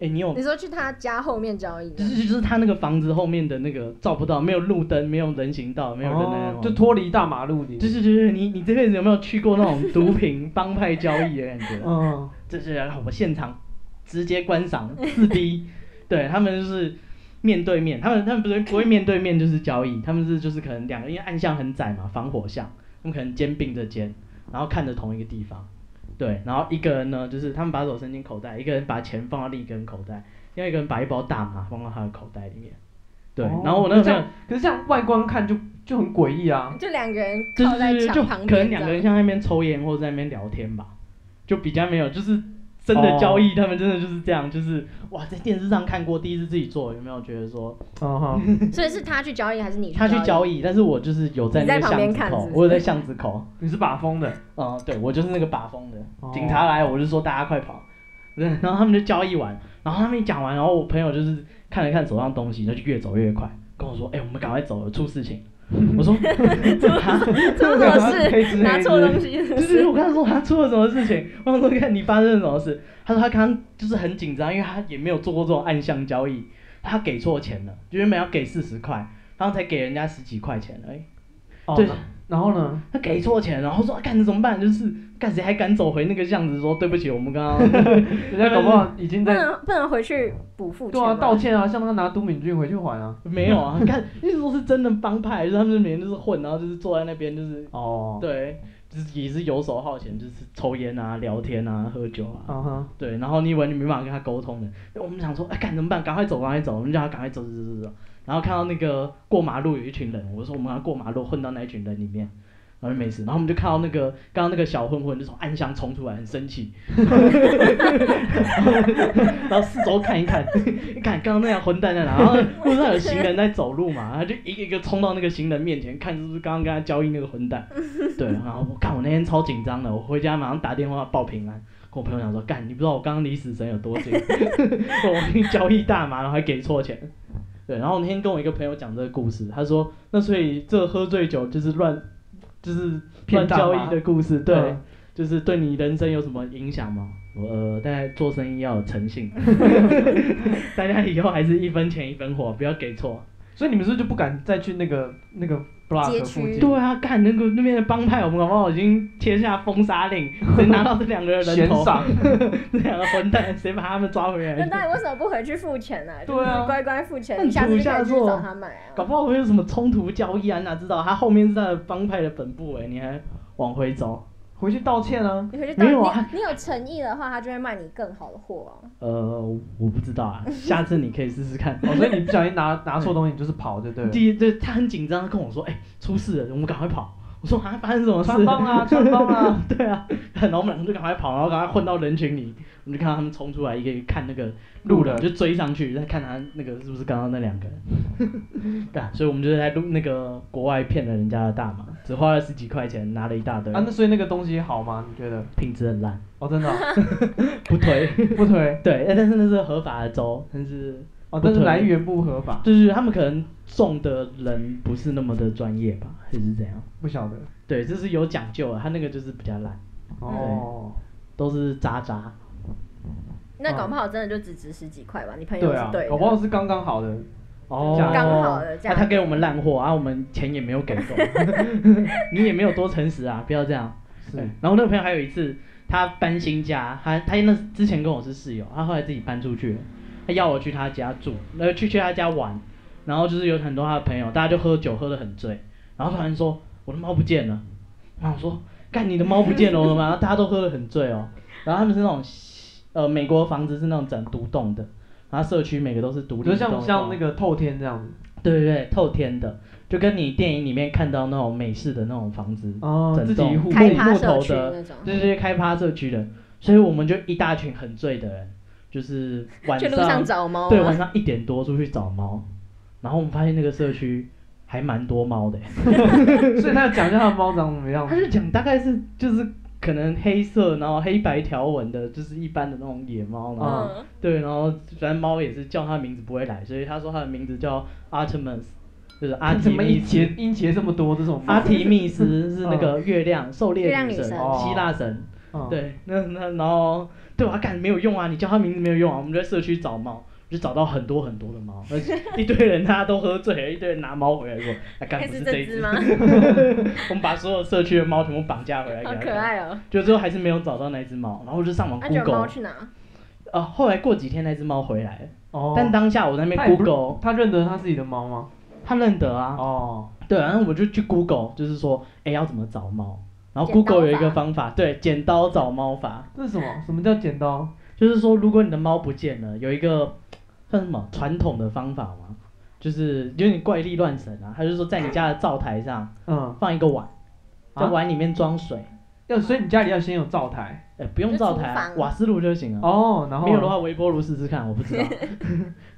Speaker 2: 哎，你有
Speaker 5: 你说去他家后面交易
Speaker 2: 就
Speaker 5: 的？
Speaker 2: 是就是他那个房子后面的那个照不到，没有路灯，没有人行道，没有人的那
Speaker 1: 哦
Speaker 2: 种，
Speaker 1: 就脱离大马路你，
Speaker 2: 就是就是你你这辈子有没有去过那种毒品帮派交易的感觉？
Speaker 1: 嗯，
Speaker 2: 就是然后我现场直接观赏四 D，对 他们就是面对面，他们他们不是不会面对面就是交易，他们是就是可能两个因为暗巷很窄嘛，防火巷，他们可能肩并着肩，然后看着同一个地方，对，然后一个人呢，就是他们把手伸进口袋，一个人把钱放到另一个人口袋，另外一个人把一包大麻放到他的口袋里面，对，
Speaker 1: 哦
Speaker 2: 然后我那个
Speaker 1: 这
Speaker 2: 朋友
Speaker 1: 样，可是这样外观看就就很诡异 啊。
Speaker 5: 就两个人
Speaker 2: 就
Speaker 5: 靠在
Speaker 2: 是就
Speaker 5: 墙旁
Speaker 2: 可能
Speaker 5: 边这
Speaker 2: 两个人
Speaker 5: 样。
Speaker 2: 像在那边抽烟或者在那边聊天吧，就比较没有就是真的交易，他们真的就是这样，就是哇，在电视上看过，第一次自己做，有没有觉得说
Speaker 1: 哦哈，
Speaker 5: 所以是他去交易还是你
Speaker 2: 他去
Speaker 5: 交
Speaker 2: 交易，但是我就是有在那
Speaker 5: 你在
Speaker 2: 个
Speaker 5: 旁边
Speaker 2: 巷子
Speaker 5: 看
Speaker 2: 口
Speaker 5: 是，不是
Speaker 2: 我有在巷子口，
Speaker 1: 你是把风 的，
Speaker 2: 嗯，对我就是那个把风的，
Speaker 1: 哦
Speaker 2: 警察来，我就说大家快跑，对，然后他们就交易完，然后他们一讲完，然后我朋友就是看了看手上东西，他就越走越快，跟我说，哎、我们赶快走了，出事情， 我 说哈
Speaker 5: 易？出什么 事？拿错东西是不
Speaker 2: 就是是我跟他说他出了什么事情，我想说看你发生了什么事。他说他刚刚就是很紧张，因为他也没有做过这种暗箱交易，他给错钱了，就原本要给四十块，然后才给人家十几块钱而已，
Speaker 1: 哦
Speaker 2: 对，
Speaker 1: 然后呢？
Speaker 2: 他给错钱，然后说啊干、怎么办？就是干谁还敢走回那个巷子说对不起，我们刚刚
Speaker 1: 人家搞不好已经
Speaker 5: 不
Speaker 1: 在
Speaker 5: 能不能回去补付
Speaker 1: 对
Speaker 5: 钱吗？
Speaker 1: 啊道歉啊，像他拿都敏俊回去还啊。
Speaker 2: 没有啊，看那时候是真的帮派，就是他们每天就是混，然后就是坐在那边就是
Speaker 1: 哦，
Speaker 2: 对，就是也是游手好闲，就是抽烟啊、聊天啊、喝酒啊。
Speaker 1: 嗯哼，
Speaker 2: 对，然后你以为你没办法跟他沟通的，我们想说，哎、干怎么办？赶快走，赶快走，我们叫他赶快走，走走走走。然后看到那个过马路有一群人，我说我们要过马路，混到那一群人里面，然后就没事。然后我们就看到那个刚刚那个小混混就从暗巷冲出来，很生气， 然后四周看一看， 你看刚刚那样混蛋在哪？然后路上有行人在走路嘛，他就一个一个冲到那个行人面前，看是不是刚刚跟他交易那个混蛋。对，然后我看我那天超紧张的，我回家马上打电话报平安。跟我朋友讲说，干，你不知道我刚刚离死神有多近， 我去交易大麻，然后还给错钱。对，然后我那天跟我一个朋友讲这个故事，他说，那所以这喝醉酒就是乱，就是
Speaker 1: 骗
Speaker 2: 乱
Speaker 1: 大麻
Speaker 2: 交易的故事，对，
Speaker 1: 嗯
Speaker 2: 就是对你人生有什么影响吗？我说呃，大家做生意要有诚 信，大家以后还是一分钱一分货，不要给错。
Speaker 1: 所以你们是不是就不敢再去那个那个 block
Speaker 5: 街区
Speaker 1: 附近？
Speaker 2: 对啊，干那个那边的帮派，我们搞不好已经贴下封杀 令，谁拿到这两个人的
Speaker 1: 悬
Speaker 2: 人头，
Speaker 1: 赏，
Speaker 2: 这两个混蛋，谁把他们抓回
Speaker 5: 那
Speaker 2: 来？
Speaker 5: 到底为什么不回去付钱呢、
Speaker 2: 对啊
Speaker 5: 就是乖乖付钱，
Speaker 2: 那你
Speaker 5: 下次
Speaker 2: 图一
Speaker 5: 就
Speaker 2: 下
Speaker 5: 可以去
Speaker 2: 做
Speaker 5: 找他买啊。
Speaker 2: 搞不好会有什么冲突交易啊？哪知道他后面是他的帮派的本部哎、你还往回走？
Speaker 1: 回去道歉啊。
Speaker 5: 你回去到
Speaker 2: 没有啊
Speaker 5: 你你有诚意的话，他就会卖你更好的货、啊。
Speaker 2: 呃，我不知道 啊，下次你可以试试看。
Speaker 1: 哦，所以你不小心拿拿错东西，你就是跑，对不对？
Speaker 2: 第一，对他很紧张，他跟我说：“哎、出事了，我们赶快跑。”我说：“啊，发生什么事？”
Speaker 1: 穿帮啊，穿帮啊！
Speaker 2: 对啊，然后我们两个就赶快跑，然后赶快混到人群里，我们就看到他们冲出来，一个一个看那个
Speaker 1: 路
Speaker 2: 路
Speaker 1: 人
Speaker 2: 人，就追上去，再看他那个是不是刚刚那两个人。对啊，所以我们就是在路那个国外骗了人家的大麻，只花了十几块钱，拿了一大堆
Speaker 1: 啊，，那所以那个东西好吗？你觉得？
Speaker 2: 品质很烂，
Speaker 1: 哦，真的啊
Speaker 2: 不推。
Speaker 1: 不推
Speaker 2: 对，但是那是合法的州，但是
Speaker 1: 哦，但是
Speaker 2: 不推
Speaker 1: 来源不合法，
Speaker 2: 就是他们可能种的人不是那么的专业吧，还是怎样？
Speaker 1: 不晓得。
Speaker 2: 对，这是有讲究的，他那个就是比较烂，
Speaker 1: 哦，
Speaker 2: 都是渣渣。
Speaker 5: 那搞不好真的就只值十几块吧？你朋友
Speaker 1: 对
Speaker 5: 是
Speaker 1: 啊
Speaker 5: 对，的，
Speaker 1: 搞不好是刚刚好的。哦
Speaker 2: 这样
Speaker 5: 刚好的这
Speaker 2: 那、
Speaker 5: 样
Speaker 2: 他给我们烂货啊，我们钱也没有给 够，你也没有多诚实啊，不要这样。
Speaker 1: 是
Speaker 2: 对，然后那个朋友还有一次，他搬新家，他他那之前跟我是室友，他后来自己搬出去了，他要我去他家住，呃，去去他家玩，然后就是有很多他的朋友，大家就喝酒喝得很醉，然后突然说我的猫不见
Speaker 1: 嗯
Speaker 2: 了，然后我说干你的猫不见了，我的妈， 大家都喝得很醉哦，然后他们是那种呃美国房子是那种整独栋的，然后社区每个都是独立
Speaker 1: 就
Speaker 2: 栋，
Speaker 1: 像像那个透天这样子。
Speaker 2: 对对对透天的，就跟你电影里面看到那种美式的那种房子，
Speaker 1: 哦，
Speaker 2: 整
Speaker 1: 自己
Speaker 2: 栋
Speaker 1: 一户
Speaker 5: 开
Speaker 2: 木
Speaker 5: 趴
Speaker 2: 木
Speaker 5: 社
Speaker 2: 头
Speaker 5: 区
Speaker 2: 的
Speaker 5: 那种。
Speaker 2: 对对，开趴社区的，所以我们就一大群很醉的人，就是晚
Speaker 5: 去
Speaker 2: 上
Speaker 5: 路上找猫啊
Speaker 2: 对晚
Speaker 5: 吗？
Speaker 2: 上一点多出去找猫，然后我们发现那个社区还蛮多 猫的欸，
Speaker 1: 所以他要讲一下他的猫长什么样
Speaker 2: 他。 就讲大概是就是可能黑色，然后黑白条纹的，就是一般的那种野猫，然后、
Speaker 5: 嗯，
Speaker 2: 对，然后反正猫也是叫它名字不会来，所以他说它的名字叫 Artemis，就是阿
Speaker 1: 怎
Speaker 2: 提
Speaker 1: 么音
Speaker 2: 密
Speaker 1: 节
Speaker 2: 斯。
Speaker 1: 音节这么多？这种
Speaker 2: 阿提密斯是那
Speaker 1: 哦
Speaker 2: 个月亮狩猎
Speaker 5: 月亮
Speaker 2: 女
Speaker 5: 女
Speaker 2: 神，
Speaker 5: 神
Speaker 2: 希腊神。
Speaker 1: 嗯，
Speaker 2: 对，那那然后对我干没有用啊，你叫他名字没有用啊，我们就在社区找猫。就找到很多很多的猫，而且 一堆人大家都喝醉了，一堆人拿猫回来说：“啊，干
Speaker 5: 还
Speaker 2: 不
Speaker 5: 是
Speaker 2: 是这
Speaker 5: 这
Speaker 2: 一
Speaker 5: 只
Speaker 2: 只
Speaker 5: 吗？？”
Speaker 2: 我们把所有社区的猫全部绑架回来给
Speaker 5: 好
Speaker 2: 他
Speaker 5: 可
Speaker 2: 看，
Speaker 5: 爱哦！
Speaker 2: 就最后还是没有找到那只猫，然后我就上网
Speaker 5: 那九猫
Speaker 2: Google，
Speaker 5: 去哪？
Speaker 2: 呃，后来过几天那只猫回来了，
Speaker 1: 哦，
Speaker 2: 但当下我在那
Speaker 1: 他
Speaker 2: 边
Speaker 1: 也不
Speaker 2: Google，
Speaker 1: 他认得他自己的猫吗？
Speaker 2: 它认得啊，
Speaker 1: 哦，
Speaker 2: 对，然后我就去 Google，就是说，哎，要怎么找猫？然然后
Speaker 5: 剪刀
Speaker 2: Google 有一个
Speaker 5: 法
Speaker 2: 方法，对，剪刀找猫法，
Speaker 1: 这是什么？什么叫剪刀？
Speaker 2: 就是说，如果你的猫不见了，有一个算什么传统的方法吗？就是有点怪力乱神啊。他就说，在你家的灶台上
Speaker 1: 嗯，
Speaker 2: 放一个碗，
Speaker 1: 啊
Speaker 2: 在碗里面装水，
Speaker 1: 要所以你家里要先有灶台
Speaker 2: 呃，不用
Speaker 5: 就
Speaker 2: 灶
Speaker 5: 厨
Speaker 2: 台啊、
Speaker 5: 房
Speaker 2: 瓦斯炉就行了。
Speaker 1: 哦，然后
Speaker 2: 没有的话，微波炉试试看，我不知 道。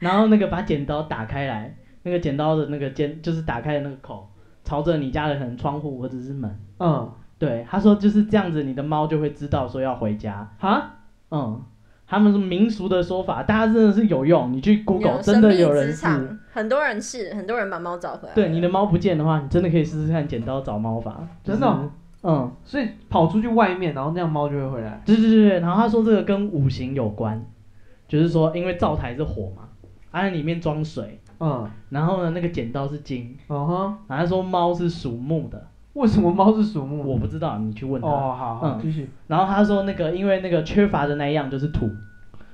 Speaker 2: 然后那个把剪刀打开来，那个剪刀的那个尖就是打开的那个口，朝着你家的可能窗户或者是门。
Speaker 1: 嗯，
Speaker 2: 对，他说就是这样子，你的猫就会知道说要回家。
Speaker 1: 哈，
Speaker 2: 嗯，他们是民俗的说法，大家真的是有用。你去 Google，真的有人
Speaker 5: 生命之
Speaker 2: 是。
Speaker 5: 场，很多人是，很多人把猫找回来。
Speaker 2: 对你的猫不见的话，你真的可以试试看剪刀找猫法。就是
Speaker 1: 真的哦
Speaker 2: 嗯，
Speaker 1: 所以跑出去外面，然后那样猫就会回来。
Speaker 2: 对对对对。然后他说这个跟五行有关，就是说因为灶台是火嘛，它、里面装水，
Speaker 1: 嗯，
Speaker 2: 然后呢那个剪刀是金，
Speaker 1: 嗯哼，
Speaker 2: 然后他说猫是属木的，
Speaker 1: 为什么猫是属木？
Speaker 2: 我不知道，你去问他。
Speaker 1: 哦，好，好
Speaker 2: 嗯
Speaker 1: 继续。
Speaker 2: 然后他说那个因为那个缺乏的那一样就是土，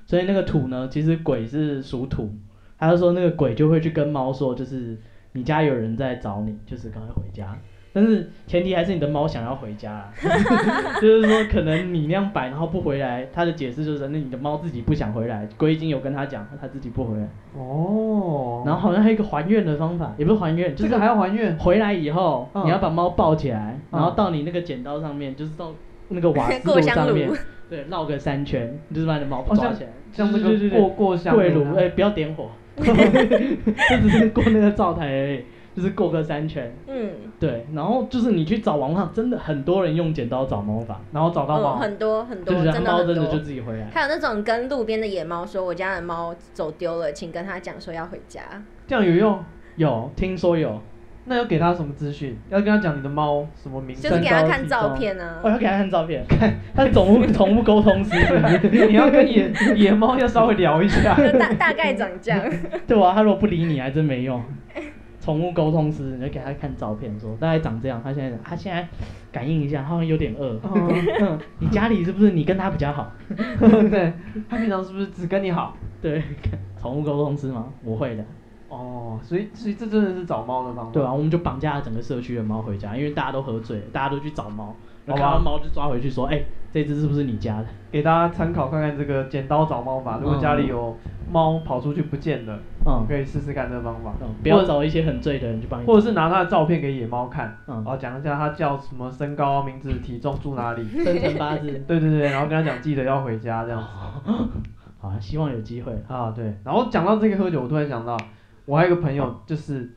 Speaker 2: 所以那个土呢，其实鬼是属土。他就说那个鬼就会去跟猫说，就是你家有人在找你，就是赶快回家。但是前提还是你的猫想要回家啦， 就是说可能你那样摆然后不回来，他的解释就是那你的猫自己不想回来，鬼已经有跟他讲，它自己不回来。
Speaker 1: 哦，
Speaker 2: 然后好像还有一个还愿的方法，也不是还愿，就
Speaker 1: 这
Speaker 2: 是
Speaker 1: 个还要还愿？
Speaker 2: 回来以后，
Speaker 1: 嗯
Speaker 2: 你要把猫抱起来，
Speaker 1: 嗯
Speaker 2: 然后到你那个剪刀上面，就是到那个瓦斯
Speaker 5: 过
Speaker 2: 炉
Speaker 5: 香
Speaker 2: 上
Speaker 5: 炉
Speaker 2: 面， 对，绕个三圈，就是把你的猫
Speaker 1: 哦
Speaker 2: 抓起来。
Speaker 1: 像这
Speaker 2: 对
Speaker 1: 个
Speaker 2: 对对
Speaker 1: 过过香
Speaker 2: 跪
Speaker 1: 炉
Speaker 2: 炉，
Speaker 1: 那样
Speaker 2: 哎，不要点 火， 就只是过那个灶台而已，就是过个三圈。
Speaker 5: 嗯，
Speaker 2: 对，然后就是你去找网上，真的很多人用剪刀找猫法，
Speaker 1: 然后找到
Speaker 5: 嗯，
Speaker 1: 猫。
Speaker 5: 很多很多，
Speaker 2: 就是
Speaker 5: 真的
Speaker 2: 猫
Speaker 5: 很
Speaker 2: 真的就
Speaker 5: 多。
Speaker 2: 自己回来。
Speaker 5: 还有那种跟路边的野猫说：“我家的猫走丢了，请跟他讲说要回 家。
Speaker 1: 这样有用？
Speaker 2: 有听说有，
Speaker 1: 那要给他什么资讯？要跟他讲你的猫什么”名
Speaker 5: 就
Speaker 1: 字？
Speaker 5: 是给他
Speaker 2: 身高
Speaker 5: 看
Speaker 2: 体
Speaker 5: 照
Speaker 2: 重
Speaker 5: 片啊
Speaker 2: 我，哦要给他看照片， 他是宠物宠物沟通师，
Speaker 1: 你要跟野野 猫要稍微聊一下。
Speaker 5: 就大大概长 这样。
Speaker 2: 对啊，他如果不理你，还真没用。宠物沟通师，你就给他看照片，说大概长这样。他现在，他现在感应一下，他好像有点饿。
Speaker 1: 嗯，
Speaker 2: 嗯，你家里是不是你跟他比较好？
Speaker 1: 对，他平常是不是只跟你好？
Speaker 2: 对，宠物沟通师吗？我会的。
Speaker 1: 哦，所以所以这真的是找猫的方法。
Speaker 2: 对啊，我们就绑架了整个社区的猫回家，因为大家都喝醉了，大家都去找猫，然后
Speaker 1: 好吧
Speaker 2: 看到猫就抓回去说，哎、这只是不是你家的？
Speaker 1: 给大家参考看看这个剪刀找猫法。如果家里有猫跑出去不见了，
Speaker 2: 嗯
Speaker 1: 可以试试看这个方法，
Speaker 2: 嗯，不要找一些很醉的人去帮你找，
Speaker 1: 或者是拿它的照片给野猫看，然
Speaker 2: 嗯，
Speaker 1: 后讲一下它叫什么身高、名字、体重、住 哪里。
Speaker 2: 生辰八字。
Speaker 1: 对对对，然后跟他讲记得要回家这样子
Speaker 2: 好啊，希望有机会。
Speaker 1: 啊，对。然后讲到这个喝酒，我突然想到，我还有一个朋友，就是，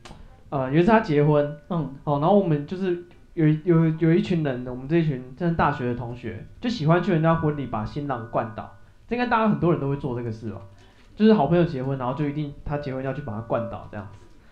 Speaker 1: 呃，有一次他结婚，
Speaker 2: 嗯
Speaker 1: 哦，然后我们就是有有有一群人，我们这一群真的大学的同学，就喜欢去人家婚礼把新郎灌倒。这应该大家很多人都会做这个事吧？就是好朋友结婚，然后就一定他结婚要去把他灌倒这样。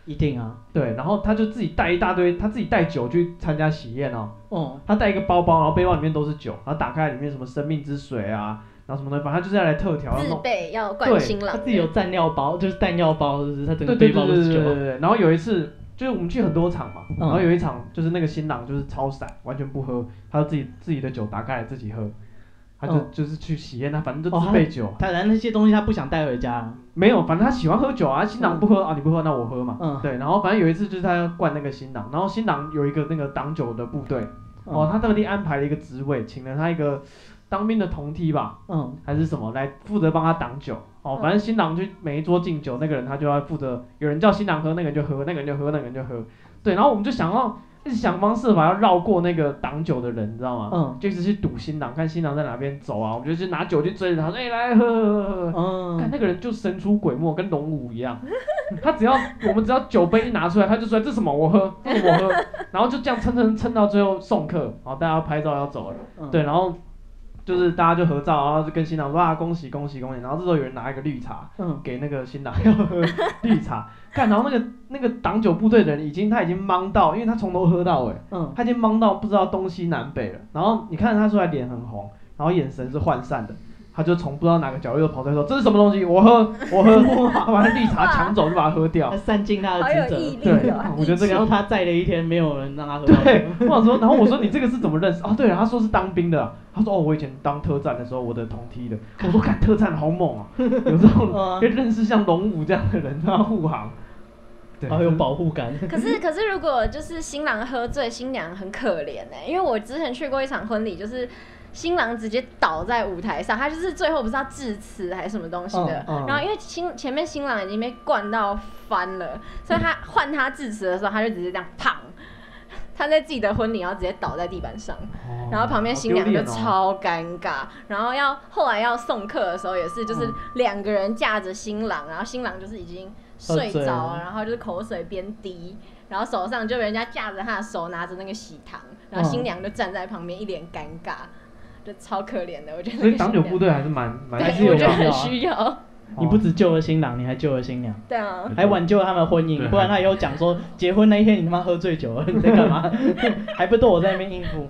Speaker 2: 一定啊。
Speaker 1: 对，然后他就自己带一大堆，他自己带酒去参加喜宴哦。
Speaker 2: 嗯，
Speaker 1: 他带一个包包，然后背包里面都是酒，然后打开里面什么生命之水啊，然后什么的，反正他就是要来特调，然
Speaker 5: 自
Speaker 1: 后
Speaker 5: 备要
Speaker 1: 对
Speaker 5: 灌新
Speaker 2: 他
Speaker 5: 郎，
Speaker 2: 自己有蘸料包，就是弹药包，就是他
Speaker 1: 对
Speaker 2: 整个
Speaker 1: 对
Speaker 2: 背
Speaker 1: 对
Speaker 2: 包
Speaker 1: 对
Speaker 2: 都
Speaker 1: 对
Speaker 2: 是
Speaker 1: 对对
Speaker 2: 酒。
Speaker 1: 对。然后有一次，就是我们去很多场嘛，
Speaker 2: 嗯
Speaker 1: 然后有一场就是那个新郎就是超散，完全不喝，他就自己自己的酒打开来自己喝，他就、
Speaker 2: 嗯
Speaker 1: 就是去喜宴，他反正就
Speaker 2: 哦
Speaker 1: 自备酒，啊
Speaker 2: 当然那些东西他不想带回家。
Speaker 1: 没有，反正他喜欢喝酒啊，新郎不喝、啊，你不喝那我喝嘛，
Speaker 2: 嗯
Speaker 1: 对。然后反正有一次就是他要灌那个新郎，然后新郎有一个那个挡酒的部队，
Speaker 2: 嗯
Speaker 1: 哦，他特地安排了一个职位，请了他一个当兵的同梯吧，
Speaker 2: 嗯，
Speaker 1: 还是什么来负责帮他挡酒哦，
Speaker 5: 嗯
Speaker 1: 反正新郎就每一桌敬酒，那个人他就要负责，有人叫新郎喝，那个人就喝，那个人就喝，那个人就喝，对，然后我们就想要一直想方设法要绕过那个挡酒的人，你知道吗？
Speaker 2: 嗯
Speaker 1: 就一直去堵新郎，看新郎在哪边走啊，我们就去拿酒去追着他，说哎、来喝喝喝喝
Speaker 2: 嗯
Speaker 1: 喝，看
Speaker 2: 嗯，
Speaker 1: 那个人就神出鬼没，跟龙舞一 样，他只要我们只要酒杯一拿出来，他就说这什么我喝，这什么我喝，然后就这样撑撑撑到最后送客，然后大家拍照要走了。
Speaker 2: 嗯
Speaker 1: 对，，然后就是大家就合照，然后就跟新郎说啊恭喜恭喜恭喜，然后这时候有人拿一个绿茶
Speaker 2: 嗯
Speaker 1: 给那个新郎 要喝绿茶，看，然后那个那个挡酒部队的人已经他已经懵到，因为他从头喝到尾，
Speaker 2: 嗯
Speaker 1: 他已经懵到不知道东西南北了，然后你看他出来脸很红，然后眼神是涣散的。他就从不知道哪个角落跑出来说：“这是什么东西？我喝，我喝！” 他把那绿茶抢走，就把它喝掉
Speaker 2: 他。散尽他的
Speaker 5: 好有
Speaker 2: 职
Speaker 5: 毅
Speaker 2: 责。
Speaker 5: 力
Speaker 1: 对
Speaker 5: 哦。
Speaker 1: 我觉得这
Speaker 2: 只
Speaker 1: 个
Speaker 2: 要他在的一天，没有人让他喝到
Speaker 1: 对
Speaker 2: 酒。，
Speaker 1: 我想说，然后我说你这个是怎么认识？哦，对了，他说是当兵的啊，他说哦，我以前当特战的时候，我的同梯的，我说看特战好猛啊，有这种
Speaker 2: 嗯
Speaker 1: 可以认识像龙武这样的人，他护航。
Speaker 5: 哎
Speaker 1: 对
Speaker 2: 好有保护感。
Speaker 5: 可是，可是如果就是新郎喝醉，新娘很可怜呢、因为我之前去过一场婚礼，就是新郎直接倒在舞台上，他就是最后不是要致辞还是什么东西的，
Speaker 2: 嗯嗯
Speaker 5: 然后因为新前面新郎已经被灌到翻了，所以他换他致辞的时候，他就直接这样砰，他在自己的婚礼然后直接倒在地板上，
Speaker 1: 哦
Speaker 5: 然后旁边新娘就
Speaker 2: 哦
Speaker 5: 超尴尬，然后要后来要送客的时候也是，就是
Speaker 2: 嗯
Speaker 5: 两个人架着新郎，然后新郎就是已经睡
Speaker 2: 喝醉
Speaker 5: 着，
Speaker 2: 了
Speaker 5: 然后就是口水边滴，然后手上就人家架着他的手拿着那个喜糖，然
Speaker 2: 嗯
Speaker 5: 后新娘就站在旁边一脸尴尬，就超可怜的，我觉得
Speaker 1: 所
Speaker 5: 那个
Speaker 1: 以
Speaker 5: 新
Speaker 1: 挡酒
Speaker 5: 娘
Speaker 1: 部队还是蛮蛮
Speaker 2: 还是
Speaker 5: 对，
Speaker 2: 有
Speaker 5: 我觉得
Speaker 2: 帮
Speaker 5: 很
Speaker 2: 到啊
Speaker 5: 需要，
Speaker 2: 你
Speaker 1: 哦
Speaker 2: 不只救了新郎，你还救了新娘，
Speaker 5: 对啊，
Speaker 2: 还挽救了他们的婚
Speaker 4: 对
Speaker 2: 姻。不然他以后讲说，结婚那一天你他妈喝醉酒 了，你在干嘛？还不都我在那边应付？